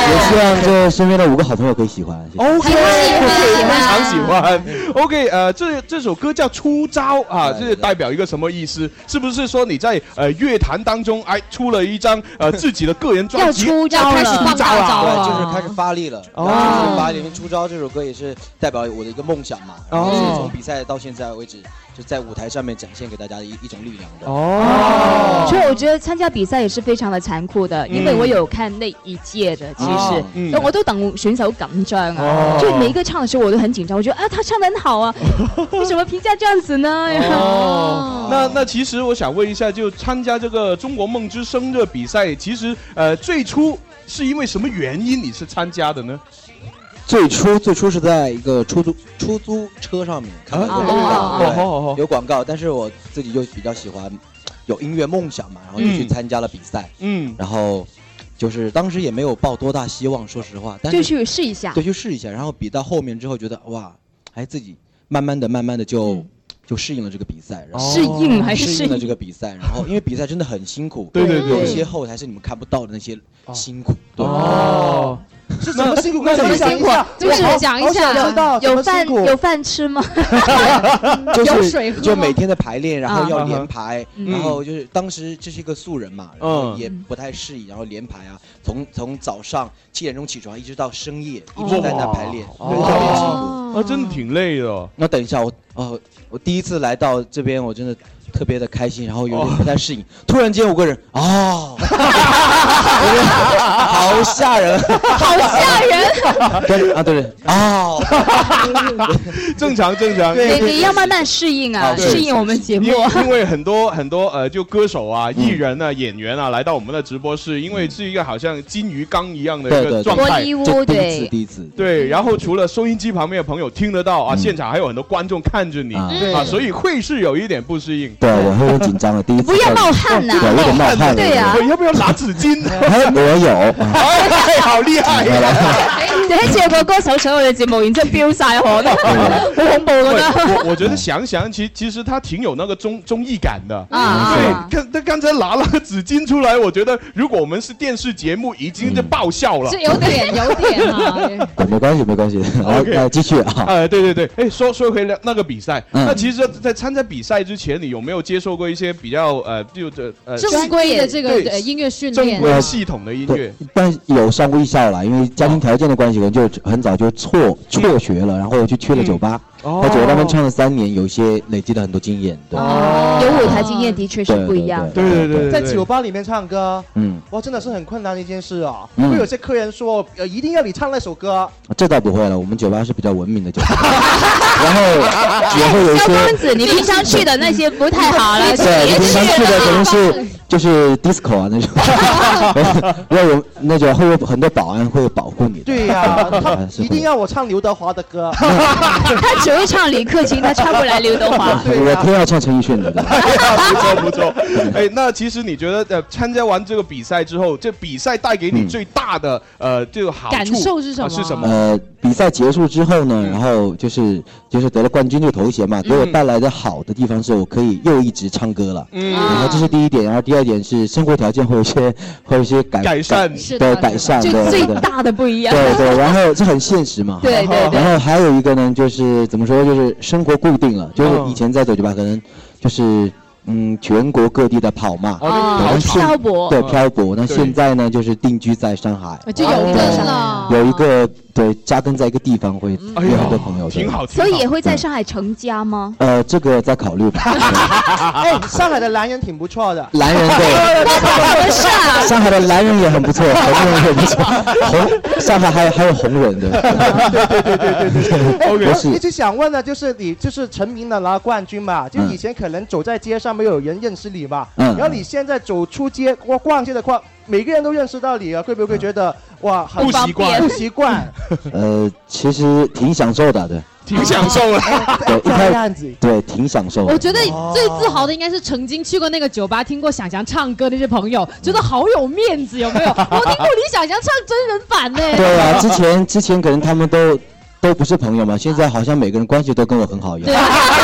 S16: 也希望这身边的五个好朋友可以喜欢。谢谢
S8: OK，
S16: 喜
S8: 非常
S16: 欢
S8: 喜欢。OK，呃，这这首歌叫《出招》啊，这是代表一个什么意思？是不是说你在呃乐坛当中哎出了一张 呃自己的个人专辑，开始出招了？
S19: 对，就是开始发力了。
S8: 哦
S19: 然后就是发力，因为《出招》这首歌也是代表我的一个梦想嘛。然后
S8: 哦
S19: 是从比赛到现在为止，就在舞台上面展现给大家的一一种力量的。
S16: 哦
S12: 其实我觉得参加比赛也是非常的残酷的，因为
S19: 嗯
S12: 我有看那一届的，其
S19: 哦
S12: 实
S19: 嗯
S12: 那我都等选手紧张啊
S16: 哦，
S12: 就每一个唱的时候我都很紧张，我觉得啊他唱的很好啊，为什么评价这样子呢？
S8: 哦，那那其实我想问一下，就参加这个中国梦之声的比赛，其实呃最初是因为什么原因你是参加的呢？
S19: 最初最初是在一个出租出租车上面看到一个
S8: 啊
S19: 广
S8: 哦
S19: 告，对
S8: 哦哦
S19: 有广告，但是我自己就比较喜欢有音乐梦想嘛，然后就去
S8: 嗯
S19: 参加了比赛，
S8: 嗯，
S19: 然后就是当时也没有抱多大希望，说实话，但
S12: 就是去试一下
S9: 哦
S19: 对，，去试一下，然后比到后面之后觉得哇，哎，自己慢慢的、慢慢的就、
S8: 嗯
S19: 就适应了这个比赛，然后
S12: 适应还是
S19: 适
S12: 适应
S19: 应了这个比赛，然后因为比赛真的很辛苦，
S8: 对对对
S19: 有一些后台是你们看不到的那些辛苦，对。
S8: 哦，
S19: 是
S8: 怎么
S19: 辛苦
S12: 怎么辛苦？就是讲一下
S9: 哦
S12: 有有饭有饭吃吗？
S19: 就
S12: 有
S19: 是
S12: 水喝吗
S19: 就每天的排练，然后
S12: 啊
S19: 要连排，
S12: 嗯
S19: 然后就是当时这是一个素人嘛，然后也不太适应，然后连排啊，从从早上七点钟起床，一直到深夜，一直在那排练，对，特别辛苦。
S8: 啊，真的挺累的。
S19: 那等一下，我哦，我第一次来到这边，我真的特别的开心，然后有点不太适应。突然间，我个人哦，好吓人，
S12: 好吓人！
S19: 跟啊，对对，哦，
S8: 正常正常。
S12: 你你要慢慢适 应啊，
S8: 对
S12: 适应我们节目
S8: 因。为因为很多很多呃，就歌手啊、
S19: 嗯
S8: 艺人啊、演员啊，来到我们的直播室，因为是一个好像金鱼缸一样的
S19: 对
S8: 一
S19: 对
S8: 个
S19: 对，
S8: 状态。
S19: 这第一次，第一次。
S8: 对，然后除了收音机旁边的朋友听得到
S19: 嗯
S8: 啊，现场还有很多观众看着你
S19: 对
S8: 啊，所以会是有一点不适应。
S16: 对，我会有点紧张的，第一 次
S8: 不要
S16: 在
S8: 冒汗
S12: 啊
S8: 呐
S16: 对，有点冒汗了，
S8: 对 呀要不要拿纸 巾？
S16: 哎我有，
S8: 哎，好厉害！
S12: 第一次有個歌手上我哋節目，然之後飆晒汗， 好恐怖
S8: 对
S12: 覺得。
S8: 我我
S10: 嗯
S8: 觉得想想，其其实他挺有那个综综艺感的。
S12: 啊
S8: 对，刚他刚才拿了个纸巾出来，我觉得如果我们是电视节目，已经就爆笑了。
S10: 是有点有点啊。
S16: 对没关系，没关系，来
S8: OK
S16: 来继续啊。
S8: 呃，对对对，哎，说说回了那个比赛，
S16: 嗯
S8: 那其实，在参加比赛之前，你有没有接受过一些比较呃，就这呃
S10: 正规的这个
S8: 对
S10: 呃音乐训
S8: 正
S10: 练，
S8: 规系统的音乐
S16: 对？，但有上过艺校啦，因为家庭条件的关系，我就很早就辍辍学了，然后我就去了酒吧，
S8: 哦
S16: 在酒吧那边唱了三年，有一些累积了很多经验。对，
S12: 有舞台经验的确是不一样。
S16: 对对对对对
S9: 在酒吧里面唱歌，
S16: 嗯，
S9: 哇，真的是很困难的一件事啊。
S16: 嗯
S9: 会有些客人说，呃，一定要你唱那首 歌，
S16: 这倒不会了，我们酒吧是比较文明的酒吧，然后也会有一
S12: 萧
S16: 些
S12: 公子，你平常去的那些不太好了，
S16: 对，
S12: 别
S16: 我平常去的可能是 就是 disco 啊那 种，因为有那种会有很多保安会保护你的。
S9: 对呀、
S19: 啊
S16: 对
S9: 他
S16: 是
S9: 一定要我唱刘德华的歌。
S16: 他
S12: 绝只会唱李克勤，他唱不来刘德华。
S19: 我偏要唱陈奕迅的。对
S8: 不错不错。哎，那其实你觉得呃，参加完这个比赛之后，这比赛带给
S16: 嗯
S8: 你最大的呃这个好处
S10: 感受是什么
S8: 啊是什么？
S19: 呃，比赛结束之后呢，然后就是就是得了冠军这个头衔嘛，给我带来的好的地方是我可以又一直唱歌了，
S8: 嗯
S19: 然后这是第一点，然后第二点是生活条件会有一些会有一些改
S8: 改善
S12: 是
S19: 对
S12: 的，
S19: 改善，
S12: 就
S19: 对对
S12: 最
S19: 对
S12: 大的不一样。
S19: 对对，然后这很现实嘛。
S12: 对对对
S19: 然后还有一个呢，就是怎么说，就是生活固定了，就是以前在酒吧可能就是嗯全国各地的跑嘛，
S16: 呃
S12: 哦
S19: 然后现
S12: 漂泊
S19: 对漂泊。那
S12: 对
S19: 现在呢，就是定居在上海，
S12: 哦就有根
S10: 哦
S12: 了
S19: 有一个对扎根在一个地方，会有
S10: 嗯
S19: 很多朋友。挺
S8: 哎好
S12: 所以也会在上海成家吗？
S19: 呃，这个再考 虑吧。
S9: 哎，上海的男人挺不错的。
S19: 男人对，上海的男人也很不 错，红人也不错，红上海还有还有红人对。
S9: 我
S19: 不是
S9: 哎一直想问的就是你就是成名了拿冠军嘛，就以前可能走在街上没有人认识你嘛，
S19: 嗯
S9: 然后你现在走出街逛逛街的话，每个人都认识到你啊，会不会觉得哇很
S19: 不习惯
S9: 不习惯？
S19: 呃，其实挺享受的，对，
S8: 挺享受了。
S19: 对，一
S9: 这
S19: 开
S9: 样子
S19: 对挺享受的。
S10: 哎我觉得最自豪的应该是曾经去过那个酒吧听过想想唱歌的那些朋友，觉得好有面子，有没有？我听过李想想唱真人版呢、
S19: 对啊，之前之前可能他们都都不是朋友嘛，现在好像每个人关系都跟我很 好一样。
S10: 啊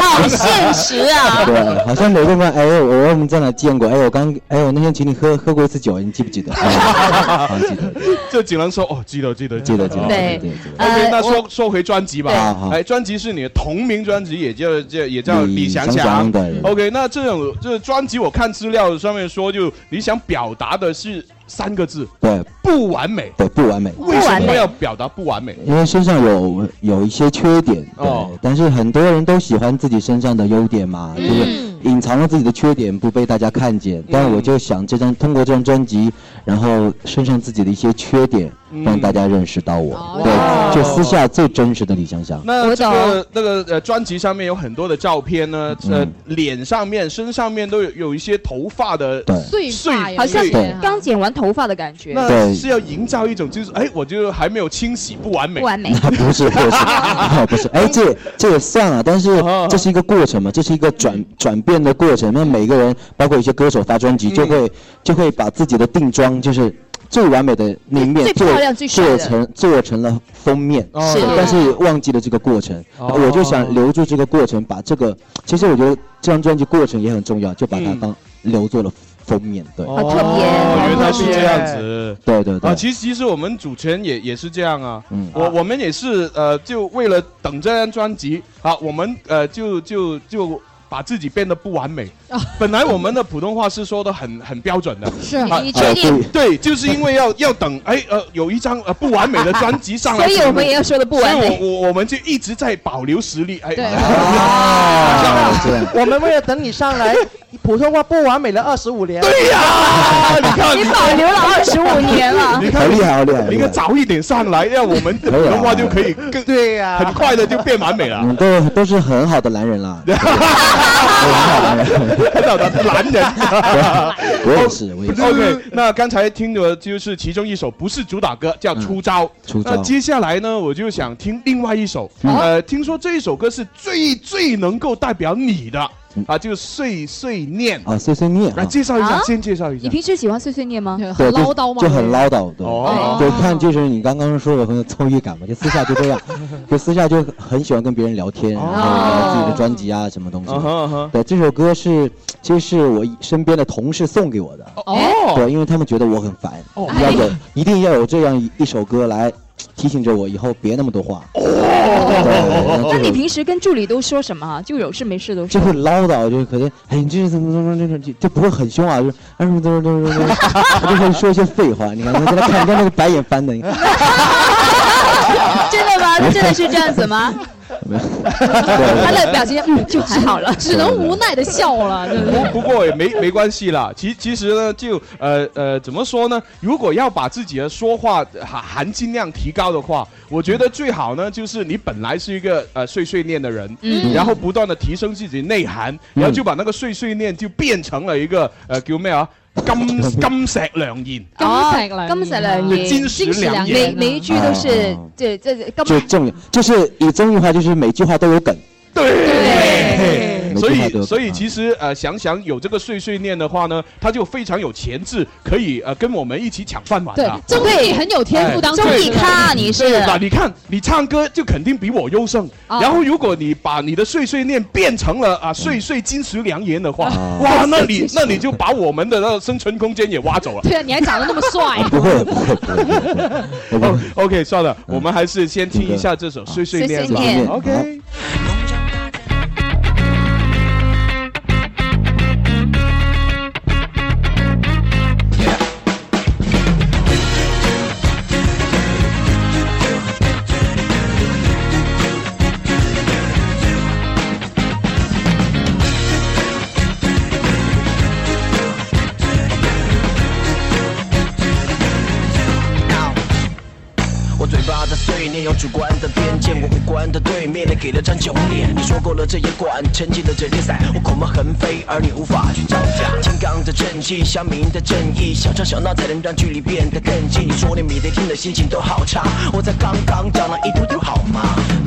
S12: 好现实啊！
S19: 对，好像每个人问，哎，我我们在哪见过？哎，我刚，哎，我那天请你喝喝过一次酒，你记不 记得？啊记得，
S8: 这锦囊说哦，记得记得
S19: 记得记得
S12: 对
S8: OK，
S12: 呃
S8: 那说
S12: 我
S8: 说回专辑
S19: 对好
S8: 吧
S19: 好。
S8: 哎，专辑是你的同名专辑，也叫叫也叫
S19: 李
S8: 李哦想
S19: 想
S8: 想
S19: 想对。
S8: OK，那这种这专辑我看资料上面说，就你想表达的是三个字，
S19: 对
S8: 不完美。
S19: 对，不完美。
S8: 为什么要表达不完美？
S19: 因为身上有有一些缺点，对、
S8: 哦
S19: 但是很多人都喜欢自己身上的优点嘛，就是隐藏了自己的缺点不被大家看
S8: 嗯
S19: 见。但我就想这张通过这张专辑，然后身上自己的一些缺点，让大家认识到我，
S8: 嗯哇
S19: 对，就私下最真实的李香香。
S8: 那这个那个呃，专辑上面有很多的照片呢，呃，脸上面、身上面都有有一些头发的
S12: 碎
S8: 发
S12: 好像
S8: 对
S12: 刚剪完头发的感觉。
S8: 那是要营造一种就是，哎，我就还没有清洗，不完美，
S12: 不完美
S19: 那啊不是 不是那不是，哎，这也这也算了，但是
S8: 哦
S19: 这是一个过程嘛，这是一个转转变的过程。那每个人，包括一些歌手发专辑，
S8: 嗯
S19: 就会就会把自己的定妆就是。最完美的那一面
S12: 最
S19: 做
S12: 漂亮最帅的
S19: 做成做成了封面，
S8: 哦
S12: 是啊
S19: 但是忘记了这个过程。我就想留住这个过程，把这个，其实我觉得这张专辑过程也很重要，就把它当留作了封面，对。
S8: 好特别嗯哦原来是这样子。
S19: 对对对
S8: 啊，。其实其实我们主持人也也是这样啊，
S19: 嗯
S8: 我我们也是呃，就为了等这张专辑啊，我们呃就就就。把自己变得不完美，本来我们的普通话是说的很很标准的，
S12: 哦 是
S8: 啊
S12: 你
S19: 哎
S12: 确定
S8: 啊对，对就是因为要要等，哎呃，有一张呃不完美的专辑上来，
S12: 所以我们也要说得不完美
S8: 所以我我我们就一直在保留实力，哎，啊
S9: 我们为了等你上来，普通话不完美了二十五年。
S8: 对呀、 你看
S9: 你保留了25年了
S8: 你看
S9: 好厉害好厉害
S8: 你看早一点上来，让我们
S19: 以啊
S8: 的话就可以更
S9: 对呀
S8: 很快的就变完美了。
S19: 嗯，都都是很好的男人啦，
S8: 很好的男人，
S19: 我也是，
S8: 哦
S19: 我也是。
S8: OK，那刚才听的就是其中一首不是主打歌，叫《出招》。
S19: 嗯出招嗯
S8: 那接下来呢，我就想听另外一首。呃，听说这一首歌是最最能够代表你的啊，就是《碎碎念》。
S19: 啊，碎碎念啊
S8: 来介绍一下，
S12: 啊
S8: 先介绍一
S12: 你
S8: 下。
S12: 平时喜欢碎碎念吗？
S19: 对，就就很唠叨，对，
S8: 哦
S19: 对，看就是你刚刚说的很有综艺感嘛，就私下就这 样，就私下就很喜欢跟别人聊天，然
S8: 哦
S19: 后聊自己的专辑啊，什么东西
S8: 啊哈啊哈
S19: 的。对，这首歌是其实是我身边的同事送给我的，
S8: 哦，
S19: 对，因为他们觉得我很烦
S8: 哦，
S19: 要有一定要有这样一一首歌来提醒着我以后别那么多话，
S8: 哦
S12: 那你平时跟助理都说什么啊？就有事没事都
S19: 就
S12: 说。
S19: 会唠叨，就是可能哎你这是怎么怎么怎么就就不会很凶啊，就是啊什么怎么怎么怎么，他就会说一些废话，你看他在那看，你看那个白眼翻的，你看。
S12: 真的吗？他真的是这样子吗？ 他的表情，嗯，就还好了，
S10: 只能无奈的笑了，对不对？
S8: 不过也没没关系啦，其其实呢，就呃呃，怎么说呢？如果要把自己的说话呃含含金量提高的话，我觉得最好呢，就是你本来是一个呃碎碎念的人，
S12: 嗯
S8: 然后不断的提升自己内涵，然后就把那个碎碎念就变成了一个呃叫咩啊？ 金金石良言，
S12: 哦金石良言，啊
S8: 金石良
S12: 每
S8: 言，
S12: 每一句都是这这这
S19: 就
S12: 金
S19: 重点就是以综艺化，就是每句话都有梗。
S8: 对所
S19: 每句话都
S8: 以
S19: 有
S8: 所以其实呃，想想有这个碎碎念的话呢，他就非常有潜质，可以呃跟我们一起抢饭碗
S10: 对
S8: 啊。
S10: 综艺很有天赋当中
S8: 对
S10: 综艺咖 你是
S8: 对那你看你唱歌就肯定比我优胜，
S10: 啊
S8: 然后如果你把你的碎碎念变成了啊碎碎金石良言的话，哇，那你那你就把我们的那个生存空间也挖走了。
S10: 对啊，你还长得那么帅，
S8: 哦 OK，算了，我们还是先听一下这首《碎碎念》
S10: 碎碎念
S8: 吧。OK。
S20: 我嘴巴的碎念有主观的偏见，我无关的对面你给了张九脸。你说过了这也管，沉浸的折叠伞，我口沫横飞，而你无法去招架。金刚的正气，乡民的正义，小吵小闹才能让距离变得更近。你说你每天听的心情都好差，我才刚刚长了一丢丢好吗？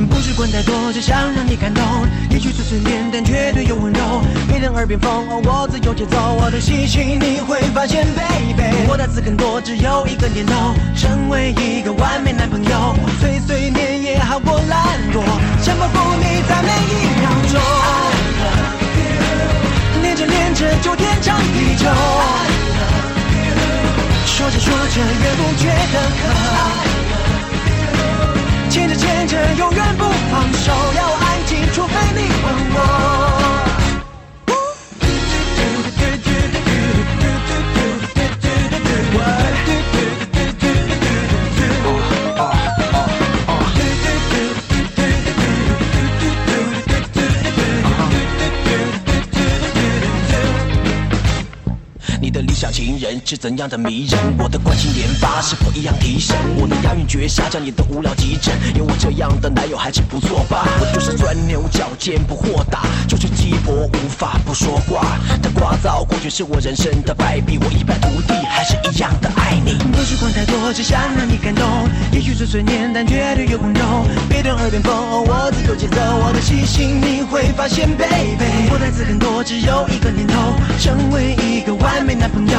S18: 不是管太多，只想让你感动。也许碎碎念，但绝对有温柔。陪人耳边风，哦我自由节奏，我的细心你会发现，baby。我的词很多，只有一个念头，成为一个完美男朋友。碎碎念也好过懒惰，想报复你在每一秒钟。念着念着就天长地久，说着说着也不觉得渴。牵着牵着，永远不放手，要安静，除非你问我。
S20: 你的理想情人是怎样的迷人？我的关心研发是否一样提升？我的押韵绝杀将你的无聊急诊，有我这样的男友还是不错吧？我就是钻牛角尖不豁达，就是鸡婆无法不说话。但聒噪过去是我人生的败笔，我一败涂地还是一样的爱你。
S18: 不是管太多，只想让你感动。也许碎碎念，但绝对有温柔。别等耳边风，哦我自有节奏，我的细心你会发现，baby。我的词很多，只有一个念头，成为一个完美男朋友。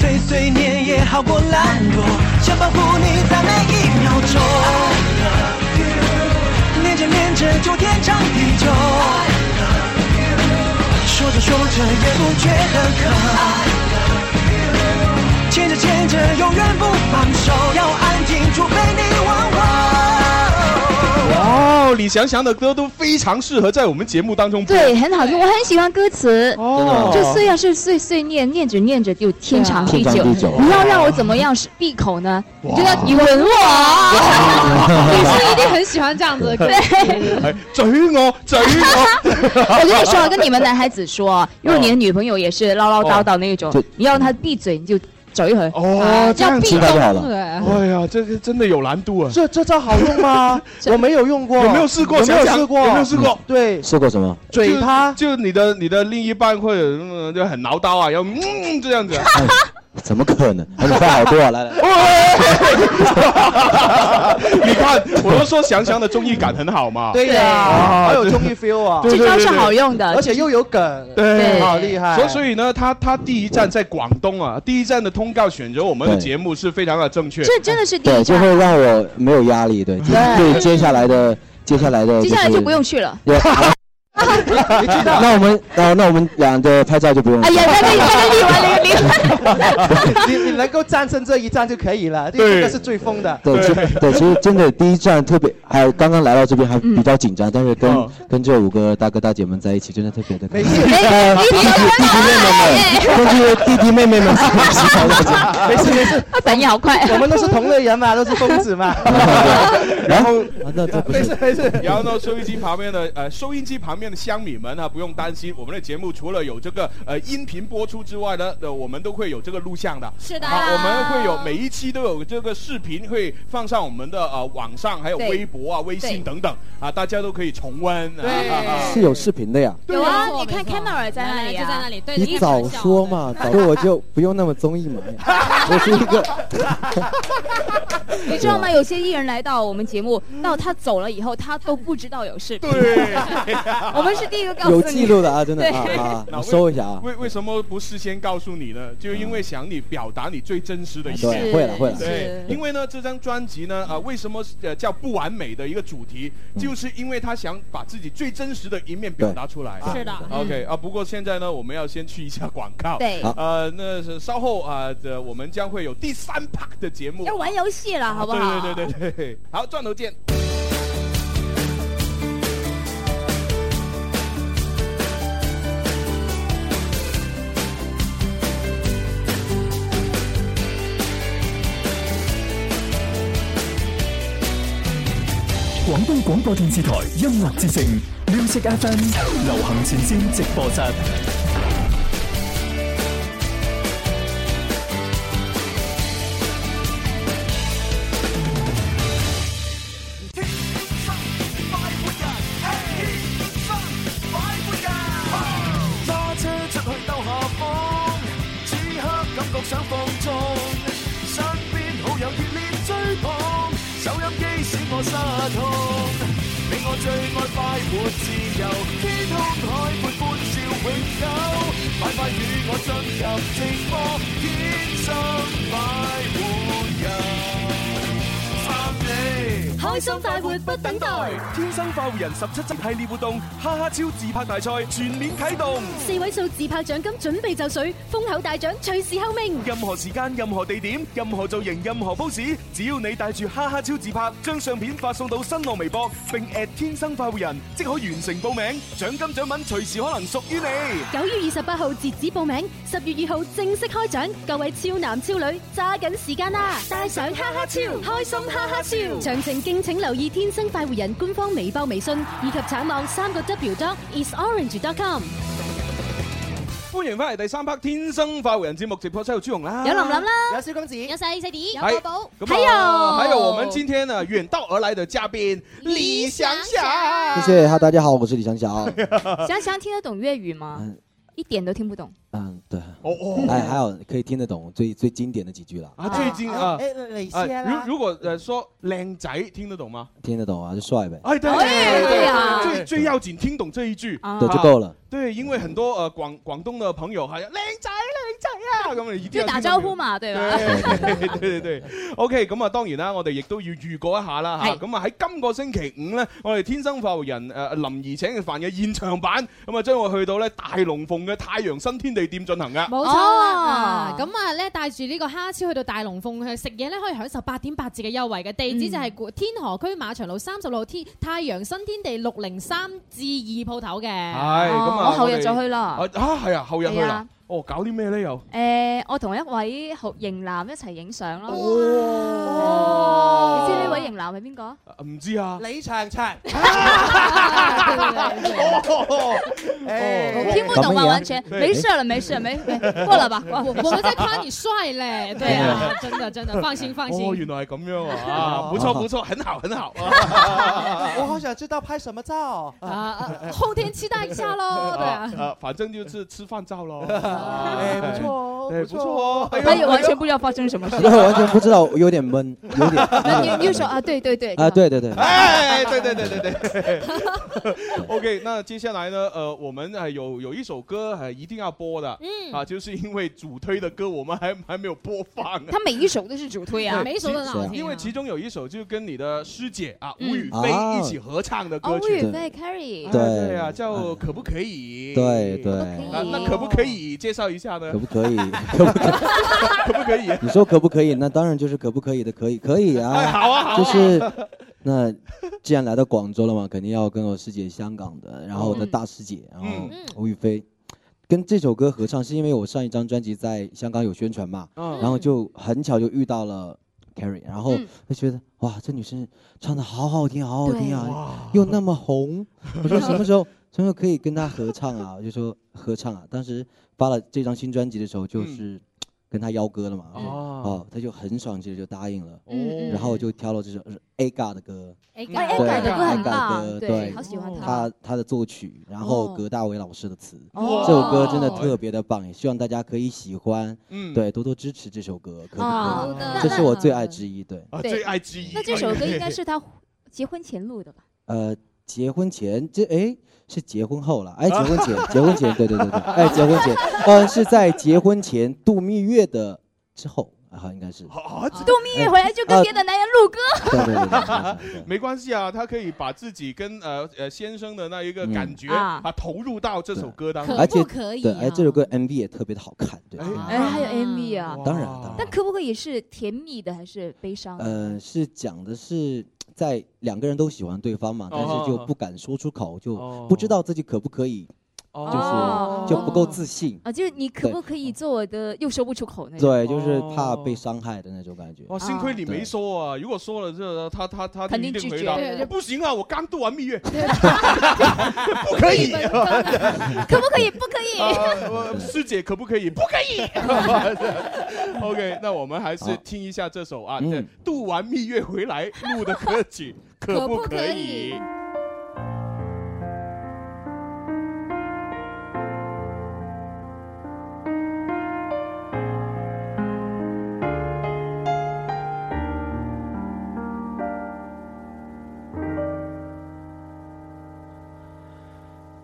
S18: 碎碎念也好过懒惰，想保护你在每一秒钟。念着念着就天长地久，说着说着也不觉得渴。牵着牵着，永远不放手，要安静，除非你问我。
S8: 哇哦，李翔翔的歌都非常适合在我们节目当中播。
S12: 对，很好听，我很喜欢歌词。
S8: 哦
S12: 就虽然是碎碎念，念着念着就天长地
S8: 天
S12: 久
S8: 长地久。
S12: 你要让我怎么样是闭口呢？你就要你啊 吻我，
S10: 女生一定很喜欢这样子的歌。
S8: 哎嘴我，嘴我。
S12: 我跟你说啊，跟你们男孩子说，如果你的女朋友也是唠唠叨叨那种
S8: 哦，
S12: 你要让她闭嘴，你就嘴她。
S8: 哦，这
S12: 要
S8: 样
S12: 闭
S8: 子
S12: 嘴。
S8: 哎呀，这个真的有难度啊。
S9: 这这招好用 吗？我没有用过，
S8: 有没有试过
S9: 哦有没有
S8: 想想
S9: 试过？
S8: 有没有试过？
S9: 对，
S19: 试过什么？
S9: 嘴他
S8: 就你的你的另一半会嗯就很唠叨啊，要嗯这样子啊。
S19: 怎么可能？还是话好多啊！来来，
S8: 你看，我都说翔翔的综艺感很好嘛。
S9: 对呀，好有综艺 feel 啊，
S8: 对对对这招是好
S12: 用的
S9: 而且又有梗，
S8: 对，
S9: 好厉害。啊
S8: 所以所以呢，他他第一站在广东啊，第一站的通告选择我们的节目是非常的 正确。
S12: 这真的是第一
S19: 对，就
S12: 站，
S19: 会让我没有压力，对，对，接下来的接下来的，
S12: 接下来就不用去 了。
S19: 要。 那我们，那那我们俩的拍照就不用。
S12: 哎呀，那个那个例外，那个例外。
S9: 你你能够战胜这一战就可以了，这
S19: 对
S9: 这个是最疯 的。
S19: 对，其对，其实真的第一站特别，还有刚刚来到这边还比较紧张，但是跟
S12: 哦
S19: 跟这五个大哥大姐们在一起，真的特别的开心。
S9: 哎
S19: 弟弟弟弟妹妹们，跟这些弟弟妹 妹们在 一起在一起。
S9: 没事没事，
S12: 他反应好快。
S9: 我们都是同类人嘛，都是疯子嘛。
S19: 然后，啊那这不
S9: 没
S19: 是
S9: 事没事。
S8: 然后呢，收音机旁边的呃，收音机旁边的乡米们啊，不用担心，我们的节目除了有这个呃音频播出之外呢，呃，我们都会有这个录像的。
S12: 是的
S8: 啊，我们会有每一期都有这个视频会放上我们的呃网上，还有
S12: 对
S8: 微博啊、微信等等啊，大家都可以重温。啊对，
S19: 是有视频的呀。
S12: 有啊，你看 camera 在那里啊，就在那里，对
S19: 你早说嘛，早说我就不用那么 综艺嘛。我是一个，
S12: 你知道吗？有些艺人来到我们节目，到他走了以后，他都不知道有视频。对，我们是第一个告诉你
S19: 有记录的啊真的啊
S12: 对
S19: 啊
S8: 那
S19: 我
S8: 为
S19: 搜一下啊
S8: 为为什么不事先告诉你呢？就因为想你表达你最真实的一
S19: 嗯对
S8: 面。
S19: 会了会了
S8: 对，因为呢，这张专辑呢，啊，为什么呃叫不完美的一个主题，
S12: 嗯
S8: 就是因为他想把自己最真实的一面表达出来。
S12: 是 的嗯
S8: OK 啊，不过现在呢，我们要先去一下广告。
S12: 对好
S8: 呃，那是稍后啊，这我们将会有第三 part 的节目。
S12: 要玩游戏了，好不好？
S8: 对对对对对，好，转头见。
S2: 广东广播电视台音乐之声 Music FM 流行前线直播室。
S18: 揸車出去兜下風，此刻感覺想放縱，身邊好友熱烈追捧，收音機使我失控。你我最愛快活自由，天空海闊歡笑永久，快快與我進入直播，天生快活人，三你。
S21: 开心快活不等待，天生快活人十七集系列活動，哈哈超自拍大賽全面啟動。
S7: 四位數自拍獎金準備就緒，封口大獎隨時候命。
S21: 任何時間、任何地點、任何造型、任何 pose，只要你帶住哈哈超自拍，將相片發送到新浪微博，並 at 天生快活人，即可完成報名，獎金獎品隨時可能屬於你。
S7: 九月二十八號截止報名，十月二號正式開獎，各位超男超女揸緊時間啦！帶上哈哈超，開心哈哈超。詳情敬請留意《天生快活人》官方微博、微信以及橙網三個 W dot isorange.com。
S8: 欢迎翻嚟第三 part《天生快活人》节目直播室有朱红啦，
S12: 有林林啦，
S9: 有小公子，有
S12: 細細啲，
S8: 哎
S12: 有寶寶，
S8: 咁啊还有我们今天呢远道而来的嘉宾李翔翔，
S12: 哎
S19: 谢谢哈，大家好，我是李翔翔。
S12: 想想听得懂粤语吗？一点都听不懂。
S19: 嗯，对。
S8: 哦哦
S19: 哎，还有可以听得懂最最经典的几句了，
S8: 啊，最近
S9: 哎
S8: 啊，
S9: 哎哪些啦
S8: 如如果呃说靓仔听得懂吗？
S19: 听得懂啊，就帅呗。
S8: 哎，对
S19: 哎
S8: 对
S19: 对
S8: 对，
S19: 啊
S8: 最最要紧听懂这一句，
S12: 哦
S19: 对就够了
S8: 啊。对，因为很多呃广广东的朋友还要靓仔靓仔啊，咁啊一定
S12: 就
S8: 要
S12: 打
S8: 聽得
S12: 招
S8: 明
S12: 呼嘛，對吧？
S8: 對對對對，OK，咁啊當然啦，我哋亦都要預告一下啦嚇。咁啊喺今個星期五呢，我哋天生快活人誒林怡請嘅飯嘅現場版，咁啊將會去到咧大龍鳳嘅太陽新天地店進行嘅。
S10: 冇錯
S19: 哦
S10: 啦，咁啊咧帶住呢個蝦超去到大龍鳳去食嘢咧，可以享受八點八折嘅優惠嘅。地址就係天河區馬場路三十六號天太陽新天地六零三至二鋪頭嘅。
S19: 嗯
S8: 係咁啊！
S12: 哦我後日
S8: 哋
S12: 就去啦
S8: 啊啊係啊，後日去
S12: 係
S8: 啦
S12: 啊。
S8: 哦，搞啲咩咧又？
S12: 誒，我同一位好型男一齊影相咯。
S8: 哇
S12: 你知呢位型男係邊個？
S8: 啊唔知啊。
S9: 李長長，
S12: 我
S9: 哎
S12: 聽不懂吧？完全沒事了，沒事，沒沒過了吧？過
S10: 我我们在夸你帅嘞，对啊，真的真的，放心放
S8: 哦，
S10: 心。
S8: 原來係咁樣啊！
S12: 哦
S8: 啊，不錯不錯，很好很好。啊
S9: 我好想知道拍什么照
S10: 啊！後天期待一下
S19: 哦
S10: 咯，對啊。
S8: 啊，反正就是吃飯照咯。
S9: 哎不錯哦
S8: 哎
S9: 不
S8: 不
S9: 錯
S8: 錯
S9: 哦
S8: 哦。哎呦
S12: 他也完全不知道發生什麼事
S19: 然后。完全不知道，有点闷， 有点。
S12: 你又说啊，对对对，
S19: 啊，对对对。
S8: 哎，对对对对对。OK，那 接下来呢？呃，我们呃有有一首歌还一定要播的，
S12: 嗯
S8: 啊，就是因为主推的歌我们还还没有播放。
S12: 他每一首都是主推啊，
S8: 对其因为其中有一首就跟你的师姐啊
S12: 嗯
S8: 吴雨
S19: 啊
S8: 霏一起合唱的
S12: 哦
S8: 歌，
S12: 吴雨
S8: 曲。
S12: 霏 Carrie，
S8: 啊
S19: 对
S8: 对啊，叫可不可以？
S19: 对对
S8: 啊那可不可以介绍一下呢？
S19: 可不可以？可不可以？
S8: 可不可以？
S19: 你说可不可以？那当然就是可不可以的，可以，可以啊。
S8: 好 啊好啊
S19: 就是，那既然来到广州了嘛，肯定要跟我师姐香港的，然后我的
S8: 嗯
S19: 大师姐，然后
S8: 嗯
S19: 吴雨霏。跟这首歌合唱，是因为我上一张专辑在香港有宣传嘛，
S8: 嗯
S19: 然后就很巧就遇到了 Carrie，然后就觉得哇，这女生唱的好好听，好好听啊，又那么红，我说什么时候所以说可以跟他合唱啊，我就说合唱啊。当时发了这张新专辑的时候，就
S2: 嗯
S19: 是跟他邀歌了嘛，
S2: 哦
S19: 哦，他就很爽气的就答应了
S2: 嗯嗯，
S19: 然后就挑了这首呃 A g a 的歌
S2: Aga
S8: 嗯
S19: 对
S2: 哎，Aga 的歌很棒
S19: ，Aga 的歌
S2: 对
S19: 对，
S2: 好喜欢他
S19: 他他的作曲，然
S2: 嗯
S19: 后
S2: 哦
S19: 葛大为老师的词，
S8: 哦
S2: 哇
S12: 哦
S19: 这首歌真的特别的棒，也希望大家可以喜欢
S2: 嗯，啊
S19: 对，多多支持这首歌，可不
S4: 好
S10: 嗯
S19: 可
S4: 的
S19: 以？这是我最爱之一，对，
S8: 啊
S4: 对那这首歌应该是他结婚前录 的吧？
S19: 呃，结婚前这哎是结婚后 了，哎，结婚前，结婚前，对对对对，哎，结婚前，呃，是在结婚前度蜜月的之后，啊，应该是，哎
S4: 度蜜
S12: 哎
S4: 月回来就跟别的男人录歌。
S19: 对对对对，
S8: 没关系啊，他可以把自己跟呃呃先生的那一个感觉
S19: 嗯
S8: 啊投入到这首歌当中，
S19: 而且
S10: 啊
S19: 对，哎，这首歌 MV 也特别的好看，对，嗯
S4: 哎，还有 MV 啊，
S19: 当然当然。
S4: 但可不可以是甜蜜的还是悲伤的？
S19: 呃，是讲的是在两个人都喜欢对方嘛，但是就不敢说出口，就不知道自己可不可以，
S4: 哦
S19: 就是就不够自信
S4: 啊，就是你可不可以做我的又说不出口那种？
S19: 对，就是怕被伤害的那种感觉。
S4: 啊
S8: 哦，幸亏你
S19: 对
S8: 没说啊！如果说了，这他他他
S4: 肯
S8: 一
S4: 定
S8: 定
S4: 拒
S8: 回
S4: 绝
S8: 答
S4: 对
S8: 不行啊！我刚度完蜜月，不
S4: 可
S8: 可
S4: 以
S8: 以，
S4: 可不可以？不可以。
S19: 哦
S8: 啊 我师姐可不可以？不可以。OK，那我们还是听一下这首啊，这度完蜜月回来录的歌 曲，可不可以？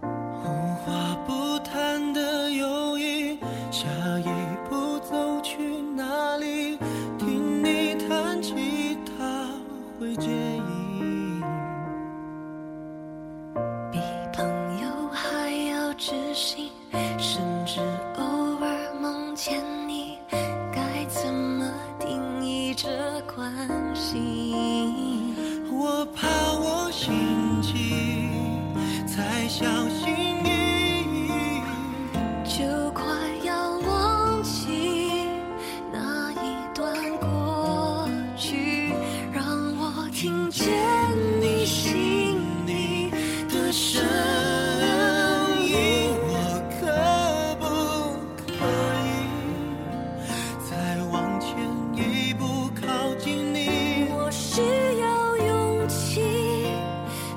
S18: 无话不谈的友谊，下一步走去哪里？听你弹吉他会介意。
S11: 比朋友还要知心，甚至偶尔梦见你，该怎么定义这关系？
S18: 我怕我心急，才小心翼翼。
S11: 就快要忘记那一段过去，让我听见你心 里的声音。
S18: 我可不可以再往前一步靠近你？
S11: 我需要勇气，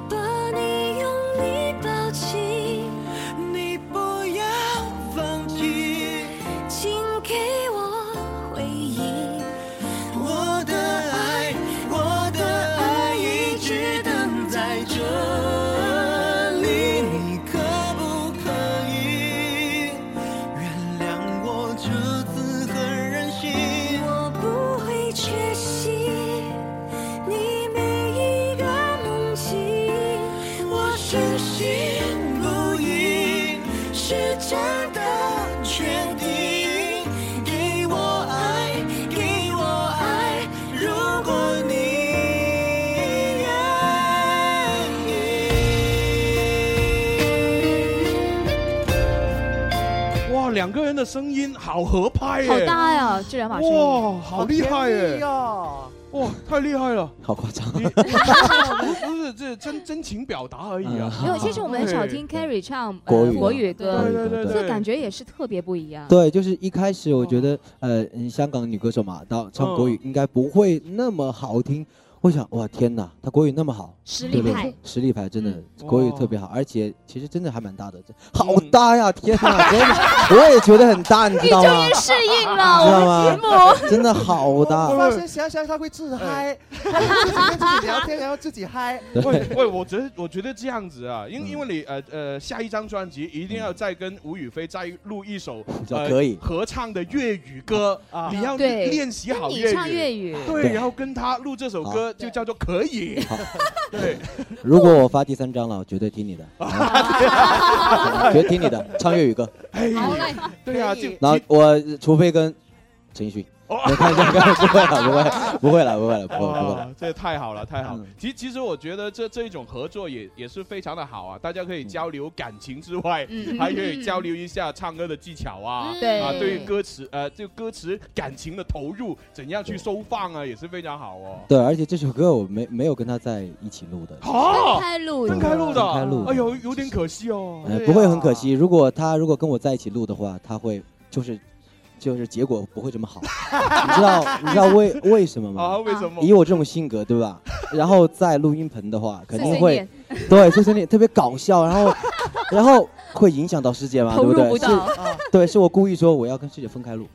S11: 把你用力抱紧，
S18: 你不要放弃，
S11: 请给我回应。
S18: 我的爱，我的爱一直等在这里。你可不可以原谅我这次很任性？
S11: 我不会缺席你每一个梦境，
S18: 我深信不疑，是真的确定。给我爱，给我爱，如果你愿
S8: 哇，两个人的声音好合拍耶，
S4: 好搭呀，这两把声音。
S8: 哇，好厉害耶！
S4: 哦
S8: 哇，太厉害了！
S19: 好夸张，
S8: 不是这真真情表达而已啊。
S4: 没有，其实我们很少
S8: 对
S4: 听 Carrie 唱呃
S19: 国语
S4: 国语歌，
S19: 对对对对
S4: 这感觉也是特别不一样。
S19: 对，就是一开始我觉得，呃，嗯香港女歌手嘛，到唱国语应该不会那么好听。我想，哇，天哪，她国语那么好，
S4: 实力
S19: 对不对
S4: 派，
S19: 实力派真的
S4: 嗯
S19: 国语特别好，而且其实真的还蛮搭的，这好搭呀！天哪，真的，我也觉得很搭，你知道吗？
S9: 适应
S19: 你 知道吗？真的好搭
S9: 我。 发现想想他会自嗨，哎他会自己
S19: 哎
S9: 跟自己聊天，然后自己嗨。哎
S8: 喂喂，我觉得我觉得这样子啊，因因为你呃呃下一张专辑一定要再跟吴雨霏再录一首
S19: 叫
S8: 呃
S19: 可以
S8: 合唱的粤语歌，啊你要
S4: 对
S8: 练习好
S4: 跟你
S8: 粤语，
S4: 唱粤语
S8: 对，
S19: 对
S8: 然后跟他录这首歌就叫做可以，对，
S19: 哎如果我发第三张了，我绝对 听你的，绝对听你的，唱粤语歌。
S8: 哎，对呀，就
S19: 然后我除非跟陈奕迅，没开没开不会了，不会了，不会 了，不会了，不会不会
S8: 哇
S19: 了。，
S8: 啊这太好了，太好了！
S19: 嗯
S8: 其其实我觉得这这一种合作也也是非常的好啊，大家可
S19: 嗯
S8: 以交流感情之外，
S22: 嗯
S8: 还可以交流一下唱歌的技巧啊，
S22: 嗯对
S8: 啊，对于歌词呃，就歌词感情的投入，怎样去收放啊，也是非常好哦。
S19: 对，而且这首歌我没没有跟他在一起录的，
S8: 啊，
S4: 开路
S8: 分开录的，
S19: 分开录的
S8: 哎呦，有点可惜哦。
S19: 呃，不会很可惜。如果他如果跟我在一起录的话，他会就是就是结果不会这么好。你知道你知道为为什么吗？
S8: 啊，为什么？
S19: 以我这种性格，对吧？然后在录音棚的话，肯定
S8: 碎
S19: 会
S8: 碎，
S19: 对，碎碎念特别搞笑，然后， 然后会影响到师姐嘛，对
S8: 投入
S19: 对？
S8: 不
S19: 是
S8: 到啊，
S19: 对，是我故意说我要跟师姐分开 录，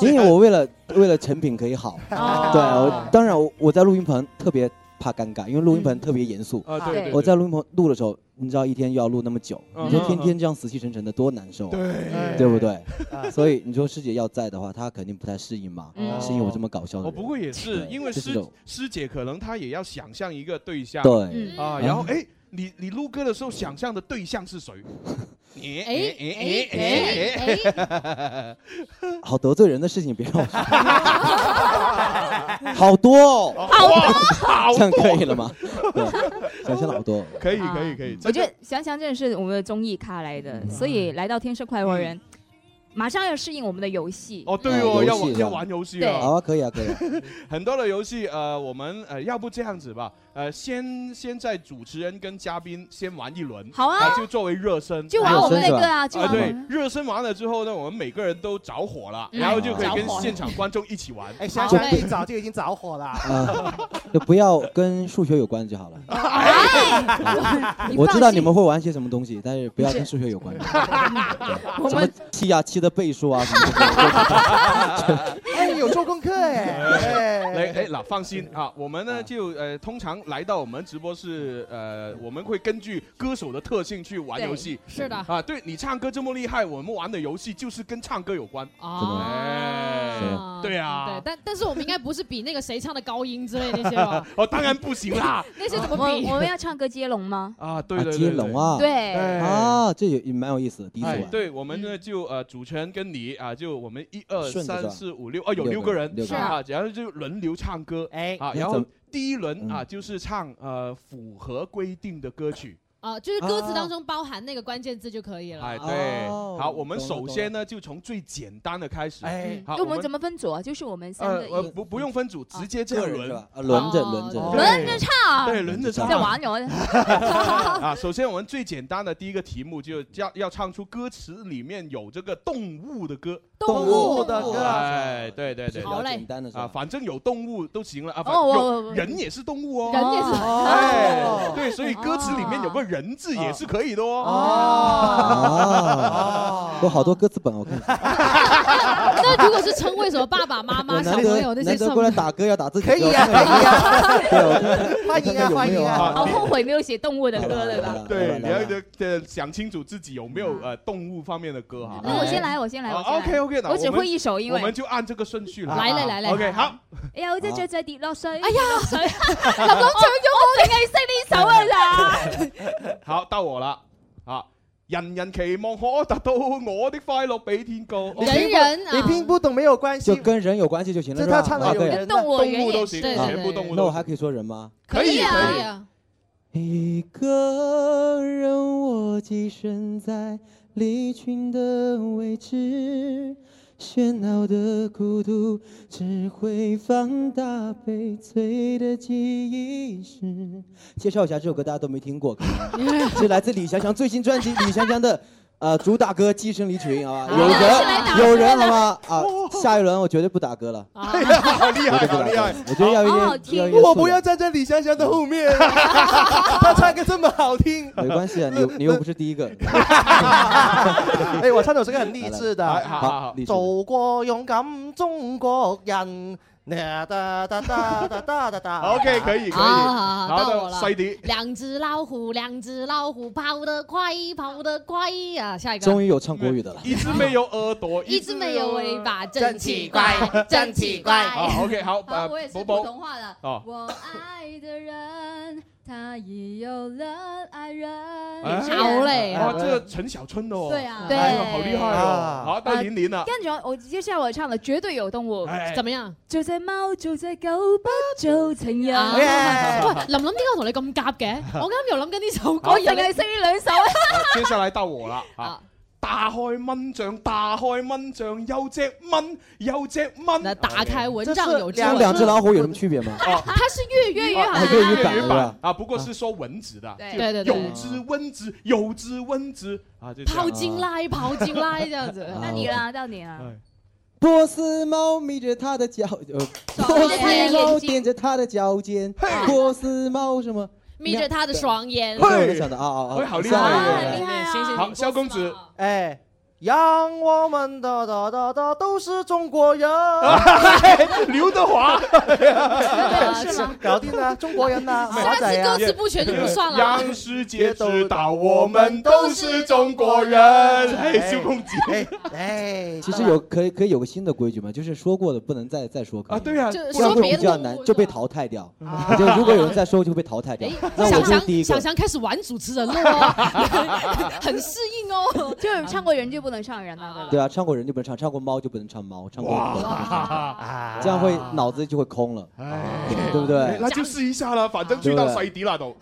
S19: 因为我为了为了成品可以好，对，
S4: 哦
S8: 啊
S19: 我当然我我在录音棚特别怕尴尬，因为
S8: 嗯
S19: 录音棚特别严肃
S8: 啊对对对
S19: 我在录音棚录的时候，你知道一天又要录那么久，
S8: 嗯
S19: 你说天天这样死气沉沉的多难受啊，
S8: 对
S19: 对不对
S8: 啊？
S19: 所以你说师姐要在的话，她肯定不太适应嘛
S8: 嗯，
S19: 是因为我这么搞笑的
S8: 哦，
S19: 人。
S8: 不过也是
S19: 对
S8: 因为
S19: 这是
S8: 师
S19: 种
S8: 师姐可能她也要想象一个对象，
S19: 对嗯
S8: 啊，
S19: 嗯
S8: 然后哎，你你录歌的时候想象的对象是 谁？哎哎哎哎哎，
S19: 好得罪人的事情，别让我说。好多哦，
S4: 好多
S8: 好
S19: 这样可以了吗？对，想象了好多。
S8: 可以可以可以，
S4: 啊我觉得翔翔真的是我们的综艺咖来
S19: 嗯
S4: 的，所以来到天生快活人，马上要适应我们的游戏。
S8: 哦，对
S19: 啊游
S8: 哦，
S19: 戏
S8: 要
S19: 是
S8: 玩
S19: 吧
S8: 要玩游戏
S19: 好
S8: 了。
S19: 啊，可以啊，可以啊。
S8: 很多的游戏，呃，我们呃，要不这样子吧，呃，先先在主持人跟嘉宾先玩一轮，
S4: 好啊
S8: 就作为热身，
S4: 就玩热我们身是那吧个啊就玩我
S8: 对
S4: 们，
S8: 热身完了之后呢，我们每个人都着火了，
S9: 嗯
S8: 然后就可以跟
S9: 着火
S8: 现场观众一起玩。
S9: 哎，想想你早就已经着火了。
S19: 啊，就不要跟数学有关就好了。
S8: 哎
S4: 哎
S19: 我知
S9: 放
S19: 道
S9: 心
S19: 你们会玩些什么东西，但是不要跟数学有关。
S9: 我
S19: 什么
S9: 们
S19: 七啊七的倍数啊什么的。
S9: 哎，有做功课哎。
S8: 来，哎，嗱，放心啊，我们呢就呃，通常来到我们直播室，呃，我们会根据歌手的特性去玩游戏。
S10: 对是的
S8: 啊，对你唱歌这么厉害，我们玩的游戏就是跟唱歌有关。哎，对
S10: 哦嗯对
S8: 啊，，
S10: 但但是我们应该不是比那个谁唱的高音之类那些吧？
S8: 哦，当然不行 啦。
S10: 那些怎么
S4: 我
S10: 比？
S4: 我们要唱歌接龙吗？
S8: 啊，对
S19: 啊，
S8: 对对
S19: 接龙啊。
S4: 对哎
S19: 啊，这也也蛮有意思的，啊第一次
S8: 哎
S19: 玩，。
S8: 对，我们呢就呃，主持人跟你啊，就我们一二
S19: 顺着
S8: 三
S19: 转
S8: 四五六，哦，有
S19: 六
S8: 六
S19: 个
S8: 个
S19: 人
S8: 人
S19: 六个人
S8: 啊，然后就轮流唱歌，哎啊，
S19: 那
S8: 然后
S19: 怎么嗯
S8: 第一轮啊就是唱呃符合规定的歌曲。
S10: 啊，就是歌词当中包含那个关键字就可以了。
S8: 哎，对，好，我们
S19: 哦懂
S8: 首
S19: 了
S8: 先呢就从最简单的开始。哎好，
S4: 那我们怎么分组啊？就是我们三
S8: 呃
S4: 个
S8: 呃
S4: 一
S8: 不不用分组，直接这个
S19: 个人
S8: 轮
S19: 是吧啊轮着轮着
S8: 对
S4: 轮着唱，
S8: 对，轮着唱。
S4: 啊在玩 我。
S8: 啊，首先我们最简单的第一个题目就要要唱出歌词里面有这个动物的歌，
S4: 动物的歌
S8: 哎，对对对，
S19: 好嘞啊简单的是吧
S8: 啊，反正有动物都行了啊，反
S4: 哦我
S8: 有
S4: 我我
S8: 人也是动物哦，
S4: 人也是哦
S8: 哎，对，所以歌词里面有个人字也是可以的哦
S19: 啊，我好多歌词本，我看看。
S10: 啊那如果是称谓什么爸爸妈
S19: 我
S10: 妈、小
S19: 难
S10: 朋友那
S19: 得
S10: 些
S19: 难得
S10: 算
S19: 过
S10: 吗
S19: 来？打歌要打自己
S10: 可
S19: 的，
S10: 以啊
S19: 我
S9: 欢
S19: 看看有没有对，我看看
S9: 迎啊，欢迎啊！
S8: 哦
S4: 好后悔没有写动物 的歌对
S19: 哦
S4: 吧？
S8: 对，你要得得想清楚自己有没
S4: 嗯
S8: 有呃动物方面的歌哈。
S4: 那我先来，我先来，我先来。
S8: OK OK，
S4: 我只会一首，因哎
S8: 啊我们
S4: 为
S8: 就按这个顺序
S4: 來啦來啦
S8: OK，好，
S4: 有隻雀仔跌落
S8: 啊
S4: 水，
S10: 哎呀
S4: 跌落 水，林
S10: 林林搶
S4: 我，淨係識呢
S10: 咗
S4: 首啊咋？
S8: 哦好到我啦，啊！人人期望可達到我的快樂比天高，哦
S9: 你拼不你
S10: 啊
S9: 拼不懂没有关
S19: 就
S9: 系，
S19: 跟人有关系就行了，
S9: 这
S19: 是吧啊
S9: 他唱的有人的
S8: 動物動物都行對對對全部動物都行
S19: 那我还可以说人吗？
S8: 可以可以
S10: 啊。
S19: 一个人，我跻身在离群的位置，喧闹的孤独只会放大悲催的记忆是。介绍一下这首歌，大家都没听过，可能是来自李翔翔最新专辑李翔翔的。呃，主打歌《寄生离群》好吧，有人有人好吗？啊，下一轮我绝对不打歌了，
S9: 哎呀好厉害
S19: 绝对不打
S9: 好厉
S19: 歌
S9: 害
S19: 我觉得要
S9: 好
S19: 有
S9: 好
S19: 点，要
S9: 听
S19: 有点
S9: 我
S19: 素
S9: 不
S19: 养
S9: 要站在李香香的后面， 他唱歌这么好听。
S19: 没关系啊，你又你又不是第一个。
S9: 哎，我唱首这个很励志的，
S19: 好好好励志的
S9: 做过勇敢中国人。 哒哒哒哒哒哒哒哒。
S8: OK，可以可以
S10: 啊，
S8: 好
S10: 到
S8: 的
S10: 我了。
S8: 細啲
S10: 两只老虎，两只老虎，跑得快，跑得快啊！下一个。
S19: 终于有唱国语的了。
S8: 一只没有耳朵，
S10: 一只没有尾巴，
S8: 真
S10: 真奇怪， 真
S12: 哎
S10: 奇怪。
S19: 哦
S8: 啊好，OK，好，
S15: 好
S8: 呃
S15: 我也是
S8: 寶寶
S15: 普通话的
S8: 哦
S15: 我爱的人，
S2: 他已有了爱人，
S8: 哎哇，这陈小春的哦，
S4: 对啊
S8: 哎呦
S4: 对
S8: 好厉害
S19: 啊
S8: 哦，好，到林林了。
S4: 跟住我，我接下来我唱了《绝对有动物
S8: 哎》，
S4: 怎
S10: 么样？
S4: 做只貓，做只狗，不做情人。
S10: 啊 喂，林林點解我同你咁夾 嘅？我啱又諗緊呢首歌，
S4: 我淨係識呢兩首。
S8: 接下来到我啦啊！打開蚊帳，打開蚊帳，有隻蚊，有隻蚊。啊
S10: 打開蚊帳有隻
S8: 這
S10: 蚊這
S8: 是
S10: 兩隻
S8: 老
S10: 老
S8: 虎
S23: 有什么区别吗？
S8: 哦
S10: 它是粵粵語
S8: 啊
S10: 版，
S8: 粵語
S23: 版
S8: 版啊，不过是说蚊子的，
S10: 对
S8: 就
S10: 对对对
S8: 有只蚊子，有只蚊子啊，就
S10: 跑
S8: 进
S10: 進來，跑進來，這樣
S8: 呃
S10: 子。
S23: 那你
S10: 啦，
S4: 到你
S8: 哎
S4: 啦。
S19: 啊波斯猫眯着它的脚，呃，波斯猫踮着它的脚尖，波斯猫什么？
S10: 眯着他的双眼。
S19: 嘿我想的啊啊
S8: 喂，哎
S19: 啊！
S8: 好厉
S19: 算了
S8: 害，
S9: 厉害啊
S8: 行行，好，萧公 子，
S10: 啊
S9: 哎，让我们的的的的都是中国 人，
S8: 刘德华，
S9: 搞定啦，中国人 呐，
S8: 下
S9: 华仔啊
S8: 让世界知道我们都是中国人。哎，萧公子，
S9: 哎，
S19: 其实有可以可以有个新的规矩嘛，就是说过的不能再再说可以
S8: 啊对啊
S19: 这
S8: 就
S19: 这样
S8: 说
S19: 会
S8: 别
S19: 比
S8: 的
S19: 较
S8: 动
S19: 难
S8: 物，
S19: 就被淘汰掉。
S8: 啊
S19: 就如果有人再说，就会被淘汰掉。
S8: 哎
S19: 那
S10: 小
S19: 我就是
S10: 翔，
S19: 第一
S10: 小
S19: 个。
S10: 翔开始玩主持人了哦， 很适应 哦。
S4: 就是唱过人就不能唱人了，
S19: 对啊，唱过人就不能唱，唱过猫就不能唱猫，唱过狗就不能唱
S8: 哇哎
S19: 这样会脑子就会空了，对不对？
S8: 那就试一下啦，反正去到细啲那度。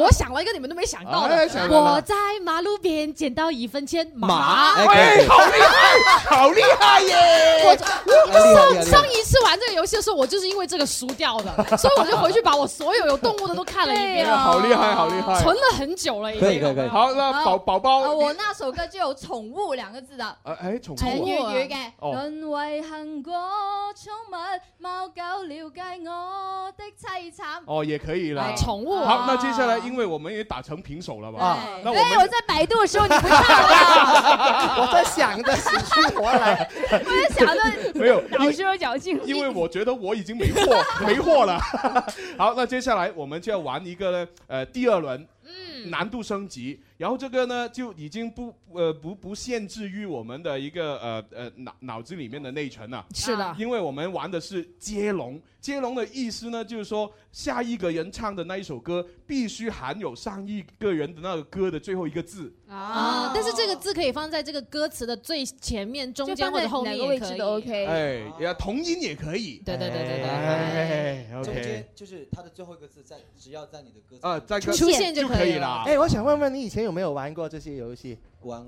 S10: 我想了一个你们都没想到的
S8: 哎想，到了
S10: 我在马路边捡到一分钱
S8: 马
S10: 马，
S8: 哎好厉害，好厉害耶！哎
S10: 我你知
S8: 好厉害厉害
S10: 道上一次玩这个游戏的时候，我就是因为这个输掉的，所以我就回去把我所有有动物的都看了一遍，
S8: 好厉害，好厉害，
S10: 存了很久了已
S8: 可以
S10: 经。
S8: 可以可以。好，那宝宝宝，
S4: 哦
S2: 啊，我那首歌就有“宠物”两个字的。
S8: 呃哎，宠
S2: 係
S8: 物
S2: 粵
S8: 啊
S2: 語嘅，
S8: 哦
S2: 淪為行果寵物，貓狗了解我的凄慘。
S8: 哦，也可以啦
S2: 哎。宠物啊
S8: 好，那接下来，因为我们也打成平手了嘛，啊那我
S2: 哎，
S8: 们
S2: 我在百度的时候你不唱了，
S9: 我在想着死去活来，
S4: 我就想到
S8: 没有
S4: 哎老师有侥幸，
S8: 因为我觉得我已经没货，没货了。 好，那接下来我们就要玩一个呢，呃，第二轮，
S4: 嗯
S8: 难度升级。然后这个呢，就已经不呃不不限制于我们的一个呃呃脑脑子里面的内存了。
S10: 是
S4: 啊
S10: 的
S8: 因为我们玩的是接龙，接龙的意思呢，就是说下一个人唱的那一首歌必须含有上一个人的那个歌的最后一个字。
S10: 啊！但是这个字可以放在这个歌词的最前面、中间或者后面
S4: 就放在哪个位
S10: 也可
S4: 置
S10: 以。
S4: 都 OK
S8: 哎，呀，同音也可以。
S10: 对对对对对
S8: 哎，OK，
S19: 中间就是它的最后一个字在，只要在你的歌词
S8: 啊在歌
S19: 出
S8: 出现就可以了
S9: 哎，我想问问你以前有没有玩过这些游戏？
S19: 玩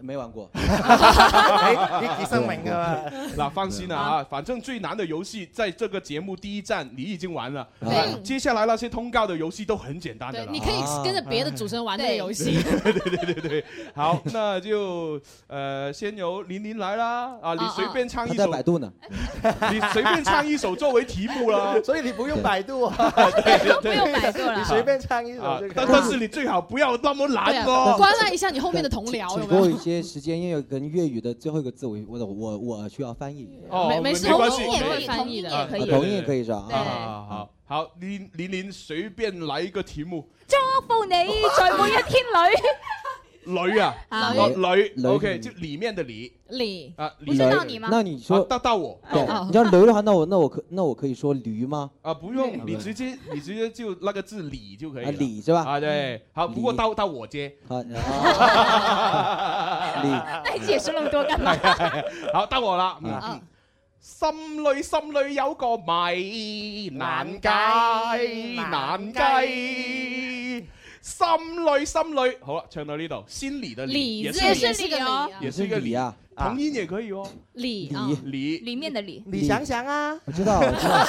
S19: 没玩过？
S9: 你你生明噶嘛？
S8: 那放心了啊，反正最难的游戏在这个节目第一站你已经玩了，
S19: 对
S8: 那接下来那些通告的游戏都很简单的
S10: 对
S8: 了，。
S10: 你可以跟着别的主持人玩这个游戏。
S8: 对对对对对，好，那就呃，先由琳琳来啦，啊，你随便唱
S19: 他
S8: 一
S19: 在
S8: 首，
S19: 百度呢。
S8: 你随便唱一首作为题目啦，
S9: 所以你不用百度啊，
S8: 对对
S9: 用百度啦你随便唱一首
S8: 啊
S9: 就可以
S8: 但但是你最好不要那么
S10: 对
S8: 难
S10: 啊，
S8: 哦，
S10: 关爱一下你后面的同僚有没
S19: 请给我一
S10: 有？
S19: 些时间，因为跟粤语的最后一个字，我我我我需要翻译。
S8: 哦
S10: 没没事
S8: 关系，
S10: 同音也会翻译的
S8: 啊
S19: 同音也可以同音也可以是吧啊
S8: 好好好，好，琳琳琳随便来一个题目。
S4: 祝福你在每一天里。
S8: 女啊，
S4: 啊
S8: 哦
S19: 女
S8: 女，OK，就里面的里
S10: 里
S8: 啊，
S4: 不是
S8: 里
S4: 到你吗
S19: 那你说
S8: 啊到到我，
S10: 哦
S19: 对，你要驴的话，那我那我可那我可以说驴吗？
S8: 啊，不用，你直接你直接就那个字里就可以
S19: 啊
S8: 了，
S19: 里是吧
S8: 啊，对，好，不过到到我接，
S19: 好，
S4: 那你解释那么多干嘛？
S8: 好，到我啦。嗯
S4: 啊
S8: 心里心里有個谜，難解難解。心裏心裏，好啦，唱到呢度，先離的
S4: 里
S8: 離，
S4: 字
S8: 是
S4: 也是个
S12: 哦
S4: 里啊
S8: 也是一個
S19: 也是里啊啊
S8: 同音也可以哦。
S10: 里
S19: 啊
S8: 里
S4: 里面的里，
S9: 你想想啊，
S19: 我知道，我知道。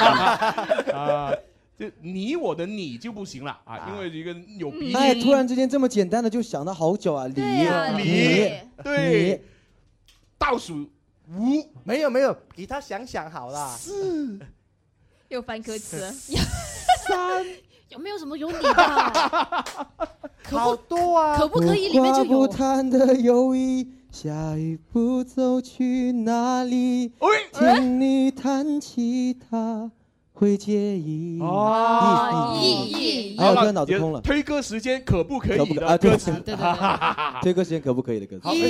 S8: 啊，就你我的你就不行了啊，因为一个有鼻
S19: 哎，
S8: 音。
S19: 突然之间这么简单的就想了好久啊，梨
S8: 啊
S19: 梨
S8: 梨对，倒数五，
S9: 没有没有，给他想想好啦。
S4: 是又翻歌词，
S9: 三
S10: 有没有什么有你的？
S9: 好多啊，
S10: 可不可以里面就
S19: 不
S10: 有
S19: 夸不谈的友谊，下一步走去哪里？听你谈起他，会介意。
S8: 哦
S19: 意
S8: 意
S19: 哎，我突然脑子空了。
S8: 推歌时间可不可
S19: 可
S8: 以
S19: 不可
S8: 的
S19: 啊对
S8: 歌词
S19: 对对对对？这个时间可不可以的歌词？
S9: 二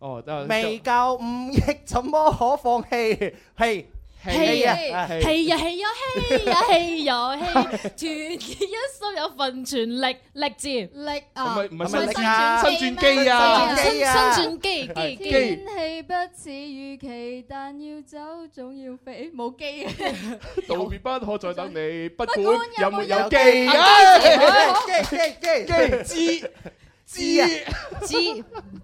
S8: 哦，那
S9: 未夠五億，怎麼可放棄？係
S10: 氣
S9: 啊
S10: 氣啊氣啊氣啊氣啊氣！團結一心有份全力力字力
S3: 啊
S8: 唔係唔係
S3: 唔係
S8: 新
S3: 啊
S8: 新轉機啊，
S3: 新
S10: 新轉機
S8: 係
S10: 機
S8: 機
S3: 天氣不似預期，但要走總要飛，冇機嘅。
S8: 道別不可再等你，不管
S3: 管
S8: 有
S3: 有
S8: 沒
S3: 沒
S8: 有
S3: 有
S8: 機
S3: 機
S9: 機
S8: 機機
S9: 知啊
S10: 知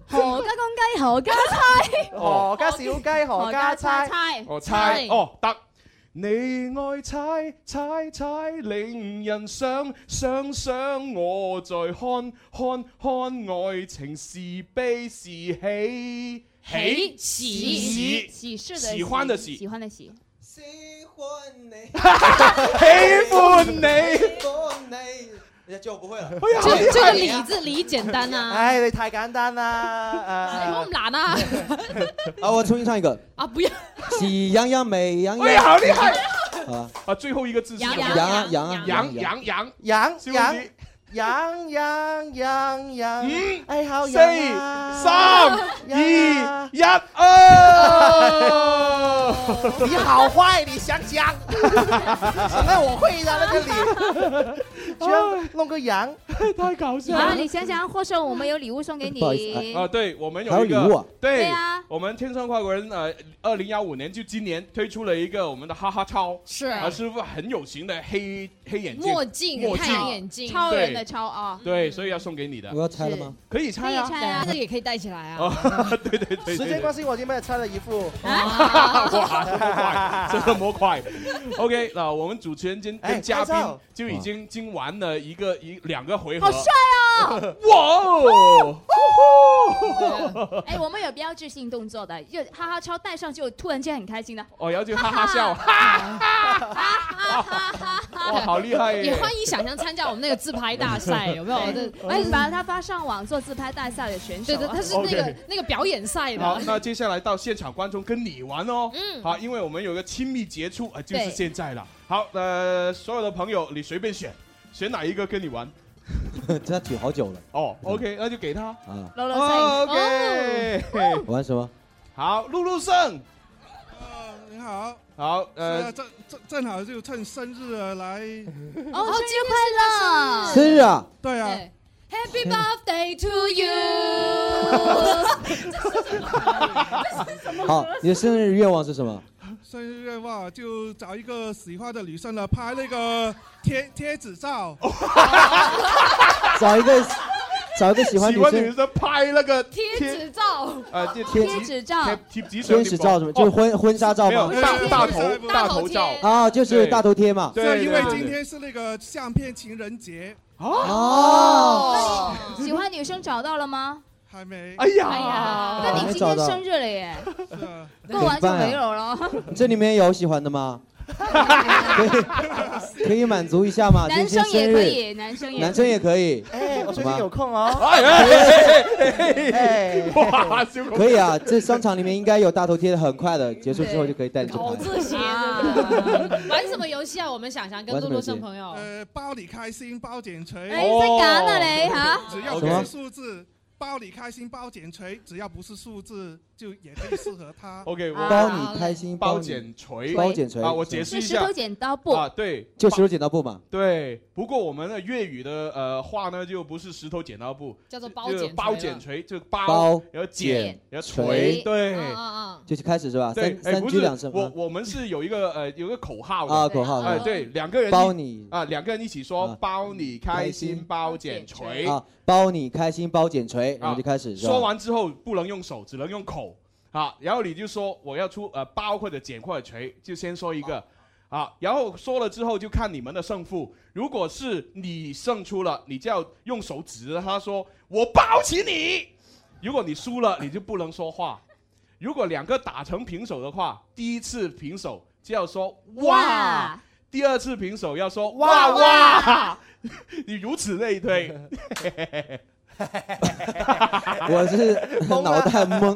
S3: 何家公雞何家猜，
S9: 何家小雞何家猜，
S8: 我猜哦得。你愛猜猜猜，令人想想想，我在看看看愛情是悲是喜
S12: 喜
S8: 喜
S12: 喜事的
S8: 喜歡的喜
S12: 喜歡的喜。
S8: 喜歡你。
S19: 哎呀这我不会了。
S10: 這這個理字理簡單啊！
S9: 哎，你太簡單啦！
S10: 你好唔難啊！
S19: 啊，我重新唱一个。
S10: 啊，不要！
S19: 喜羊羊美羊羊。
S8: 哎呀，好厲害！
S19: 好吧
S8: 啊，最後一個字是什麼
S19: 羊啊羊啊
S8: 羊
S19: 羊
S8: 羊羊
S9: 羊
S8: 肖
S9: 羊
S8: 公子
S9: 羊羊羊羊，哎好
S8: 嗯四、
S9: 羊啊
S8: 三、二、一，哦！
S9: 你好坏，你想讲？想到我会的那个脸，居然弄个羊，
S8: 太搞
S12: 好、啊，你想想，获胜我们有礼物送给你。
S8: 啊，对，我们
S19: 还
S8: 有
S19: 有
S8: 一
S19: 礼物
S8: 个
S19: 啊，
S12: 对
S8: 对
S12: 啊，
S8: 我们天生跨国人呃，二零幺五年就今年推出了一个我们的哈哈超，
S12: 是
S8: 啊，是副很有型的黑黑眼镜
S10: 墨镜
S8: 墨
S10: 太
S8: 镜
S10: 阳眼镜
S12: 超人的
S8: 对
S12: 超啊！
S8: 对，所以要送给你的。
S19: 我要拆了吗？
S8: 可以拆啊，
S10: 对啊，这个也可以戴起来啊！
S8: 哦， 对对对，
S9: 时间关系，我已经被拆了一副。
S8: 哇，这么快，真的摸快。OK，那我们主持人间
S9: 哎
S8: 跟嘉宾
S9: 拍照
S8: 就已经经玩了一个一两个回合，
S12: 好帅哦！
S8: 哇哦！
S12: 哎，我们有标志性动作的，就哈哈超戴上就突然间很开心的。
S8: 哦，要就哈哈笑，哈哈，哇，好厉害耶！
S10: 也欢迎想象参加我们那个自拍大赛，有没有？这
S12: 哎，把它发上网做自拍大赛的选手
S10: 对
S12: 啊。
S10: 对，它是那个
S8: OK
S10: 那个表演赛
S8: 好，
S10: 的。
S8: 那接下来到现场观众跟你玩哦。
S10: 嗯
S8: 好，因为我们有个亲密接触，啊，就是
S10: 对
S8: 现在了。好，呃，所有的朋友你随便选，选哪一个跟你玩。
S19: 这举好久了
S8: 哦，OK，那就
S10: 嗯
S8: 给他。
S19: 啊。
S12: 露露
S8: 哦
S12: 声
S8: OK，
S10: 哦
S19: 玩什么？
S8: 好，露露胜。
S18: 呃你好，
S8: 好，
S18: 呃，
S8: 呃，
S18: 正正正好就趁生日啊来，
S10: 哦，生日
S12: 快
S10: 乐！
S19: 生日啊！
S18: 对啊，
S10: Happy birthday to you！
S19: 好，你的生日愿望是什么？
S18: 生日愿望啊就找一个喜欢的女生呢拍那个 贴贴纸照，
S21: 哦
S19: 找一个，找一个喜欢
S8: 喜
S19: 女
S8: 欢女
S19: 生。
S8: 生拍那个
S10: 贴纸照，
S8: 呃贴
S19: 贴
S8: 贴
S12: 纸照
S8: 贴贴纸上
S19: 天使照什么？就是婚婚纱照
S8: 哦没有
S19: 吗？
S8: 大大头大头照
S19: 啊，就是大头贴嘛。
S18: 是啊因为今天是那个相片情人节，
S19: 哦，
S12: 喜欢女生找到了吗？
S18: 还没。
S8: 哎呀
S12: 哎
S10: 哦
S12: 呀，那你今
S19: 还没找
S12: 天
S19: 到
S12: 生日了耶，过
S19: 怎
S12: 完
S19: 么
S12: 就
S19: 办啊
S12: 没有了。
S19: 你这里面有喜欢的吗？可以可以满足一下吗？
S12: 男
S19: 今
S12: 生
S19: 天
S12: 也
S19: 生
S12: 可
S19: 日，
S12: 以，男生也
S19: 男生也可以。
S9: 哎，我最近
S19: 好吧
S9: 有空哦。
S8: 哎
S9: 哎
S8: 哇，小狗
S19: 可以啊，这商场里面应该有大头贴的，很快的，结束之后就可以带你去
S10: 好
S19: 拍。
S10: 自信啊！玩什么游戏啊？我们想想跟露露生朋友，
S18: 呃，包你开心，包减锤。
S8: 哦
S10: 哎你在干啊
S8: 嗯
S10: 你哈
S18: 只要
S19: 什
S18: 不
S19: 么
S18: 是数字，包你开心，包减锤，只要不是数字，就也可以适合他。
S8: OK，我
S12: 啊
S19: 包你开心，
S8: 包
S19: 你
S8: 剪锤，
S19: 包剪锤
S8: 啊，我解释
S12: 是
S8: 一
S12: 石
S8: 下
S12: 头剪刀布，
S8: 啊，对，
S19: 就石头剪刀布嘛。
S8: 对，不过我们的粤语的呃话呢，就不是石头剪刀布，
S10: 叫做包
S8: 就
S10: 剪
S8: 是
S10: 锤
S8: 包
S10: 了
S8: 剪锤，就包，
S19: 包
S8: 然后剪
S19: 剪，
S8: 然后
S19: 锤
S8: 锤，对。
S10: 嗯嗯
S19: 就是开始是吧？
S8: 对哎，
S19: 三，三
S8: 不
S19: 居
S8: 是
S19: 两声，
S8: 我我们是有一个呃有一个口号的
S19: 啊口号
S8: 哎，
S19: 嗯
S8: 对，两个人一
S19: 包你
S8: 啊，两个人一起说包你开心，包剪锤
S19: 啊，包你开心，包剪锤，然后就开始是吧？
S8: 说完之后不能用手，只能用口啊。然后你就说我要出呃包或者剪或者锤，就先说一个啊。然后说了之后就看你们的胜负。如果是你胜出了，你就要用手指着他说我包起你。如果你输了，你就不能说话。如果两个打成平手的话，第一次平手就要说哇
S12: 哇，
S8: 第二次平手要说哇
S12: 哇
S8: 哇， 你如此类推。
S19: 我是脑袋 懵啊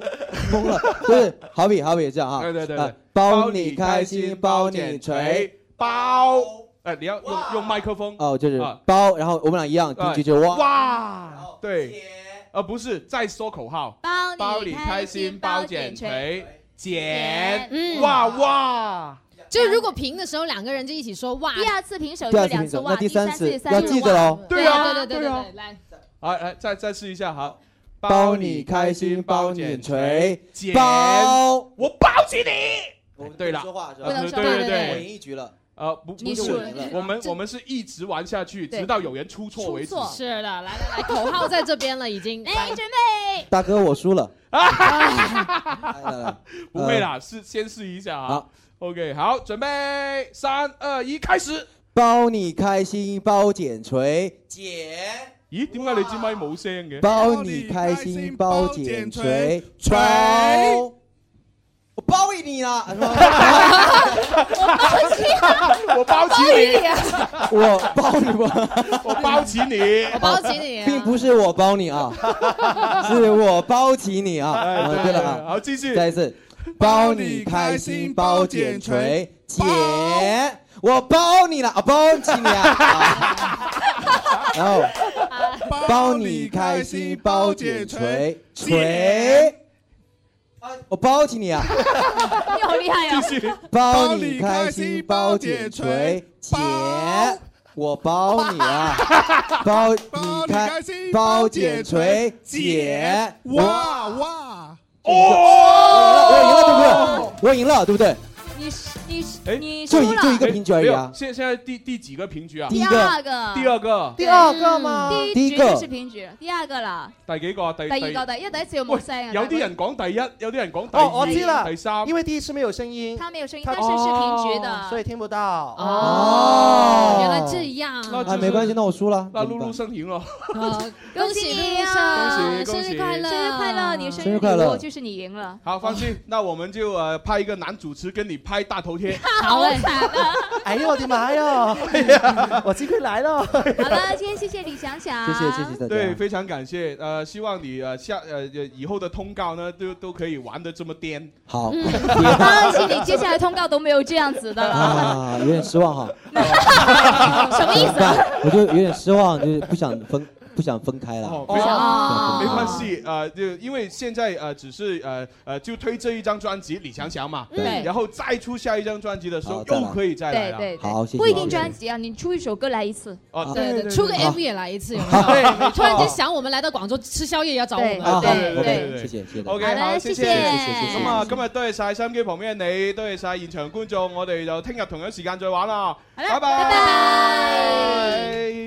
S19: 懵了，就是好比好比这样哈，
S8: 对对对
S19: 啊
S8: 对，
S19: 包你开心，包你
S8: 剪
S19: 锤，
S8: 锤，包，哎，你要用用麦克风，
S19: 哦，就是
S8: 啊
S19: 包，然后我们俩一样，第一句就
S8: 哎
S19: 哇，
S8: 哇，对，呃，不是，再说口号，
S12: 包
S8: 包你
S12: 你
S8: 开
S12: 开
S8: 心，
S12: 心，
S8: 包
S12: 包
S8: 剪
S12: 剪
S8: 锤
S12: 锤，，
S8: 剪，
S12: 嗯
S8: 哇哇，
S10: 就是如果评的时候，两个人就一起说哇。第
S12: 二次评手
S19: 第二次平手，那第三次要记得哦。
S10: 对啊，对对对
S19: 对啊
S10: 对，来。
S8: 来来，再再试一下，好。
S19: 包你开心，包你锤，包
S8: 我包起你。对了，
S24: 说话是吧
S8: 呃
S24: 不能说
S8: 对
S24: 话对
S8: 对对，
S24: 我赢一局了。
S8: 呃，不，不
S24: 你
S8: 是
S24: 输
S8: 我
S24: 了
S8: 赢了我们我们是一直玩下去，直到有人出错为止。
S10: 是的，来来来，口号在这边了，已经。哎，准备。
S19: 大哥，我输 了。哎呃
S8: 不会啦，是先试一下啊。OK，好，准备，三二一，开始。
S19: 包你开心，包剪锤，
S8: 咦，點解你支咪冇聲嘅？
S19: 包你开心，包剪锤，
S8: 锤
S19: 我包赢你 啦！
S8: 我包起
S10: 啊
S8: 你，
S19: 我包你吗？
S8: 我包起 你，
S10: 我包起你啊
S19: 并不是我包你 啊，是我包起你啊！
S8: 哎
S19: 啊
S8: 对
S19: 对了啊，
S8: 好继续
S19: 再一次，包你开心，包剪锤，姐，我包你了啊，包起 你啊！啊然后，包你开心，包剪锤，锤，我包起你 啊！
S18: 你好厉害啊！
S19: 包你开心，包剪锤，姐，我包你 啊！包你开心，包剪锤，姐，我
S25: 哇哇！
S19: 我赢了，对不
S25: 哦，
S19: 对？我赢了，对不对？
S12: 你是你是
S8: 哎
S12: 你
S19: 就
S12: 输
S19: 一就一
S12: 了
S19: 个平局而已啊
S8: 没有现现在第第几个平局啊？
S12: 第二个
S8: 第二個，
S12: 對嗯第
S8: 第
S12: 一
S8: 一
S12: 局
S8: 個
S12: 就是平局，第二個啦，
S8: 第幾個啊？第
S12: 第二個第一第一次要冇聲啊，啊
S8: 有啲人講第一，有啲人講第
S9: 哦，我知
S8: 二，
S9: 了
S8: 第三。，
S9: 因为第一次没有声音，
S12: 他没有聲音，
S9: 他
S12: 但是
S8: 哦
S12: 是平局的，
S9: 所以听不到。
S19: 哦
S10: 原来这样。
S19: 啊，没关系，那我输了。
S8: 那露露生赢了，
S10: 哦
S12: 恭喜你啊！
S8: 恭喜恭喜
S12: 生日快乐，生日快乐！你生
S8: 生
S12: 日
S8: 日快
S12: 礼物
S8: 樂
S12: 就是你贏了，
S8: 好，放
S19: 哦
S8: 心，那我們就呃派一個男主持跟你拍大頭 貼。
S12: 好嘞。
S9: 哎呦我的妈呀！我机会来了。
S12: 好了，今天谢谢李想想，
S19: 家
S8: 对，非常感谢。呃，希望你呃下呃呃以后的通告呢，都都可以玩的这么颠。
S19: 好
S12: 恭喜你，接下来通告都没有这样子的了，
S19: 啊，有点失望哈。
S12: 什么意思啊？
S19: 我就有点失望，就是不想分，不想分开了。
S8: 没关
S12: 哦
S8: 没关系，呃，就因为现在呃只是呃呃就推这一张专辑李翔翔嘛，
S12: 嗯对
S8: 然后再出下一张专辑的时候
S19: 再来
S8: 又可以再来
S12: 对
S8: 了。
S12: 对对，不一定专辑啊，你出一首歌来一次，
S8: 哦
S10: 对对，出个 MV 也来一次，有没
S8: 好对
S10: 有？
S8: 没错
S10: 突然间想我们来到广州吃宵夜也要找我们。
S8: 啊
S19: 對
S8: 對
S19: 對
S8: 對對
S19: 謝謝謝謝
S8: OK，
S10: 好
S8: 好，
S10: 啦
S8: 謝
S10: 謝
S8: 謝
S10: 謝謝謝
S8: 咁啊，今日多謝晒收音機旁邊嘅你，多謝晒現場觀眾，我哋就聽日同樣時間再玩啦，拜拜。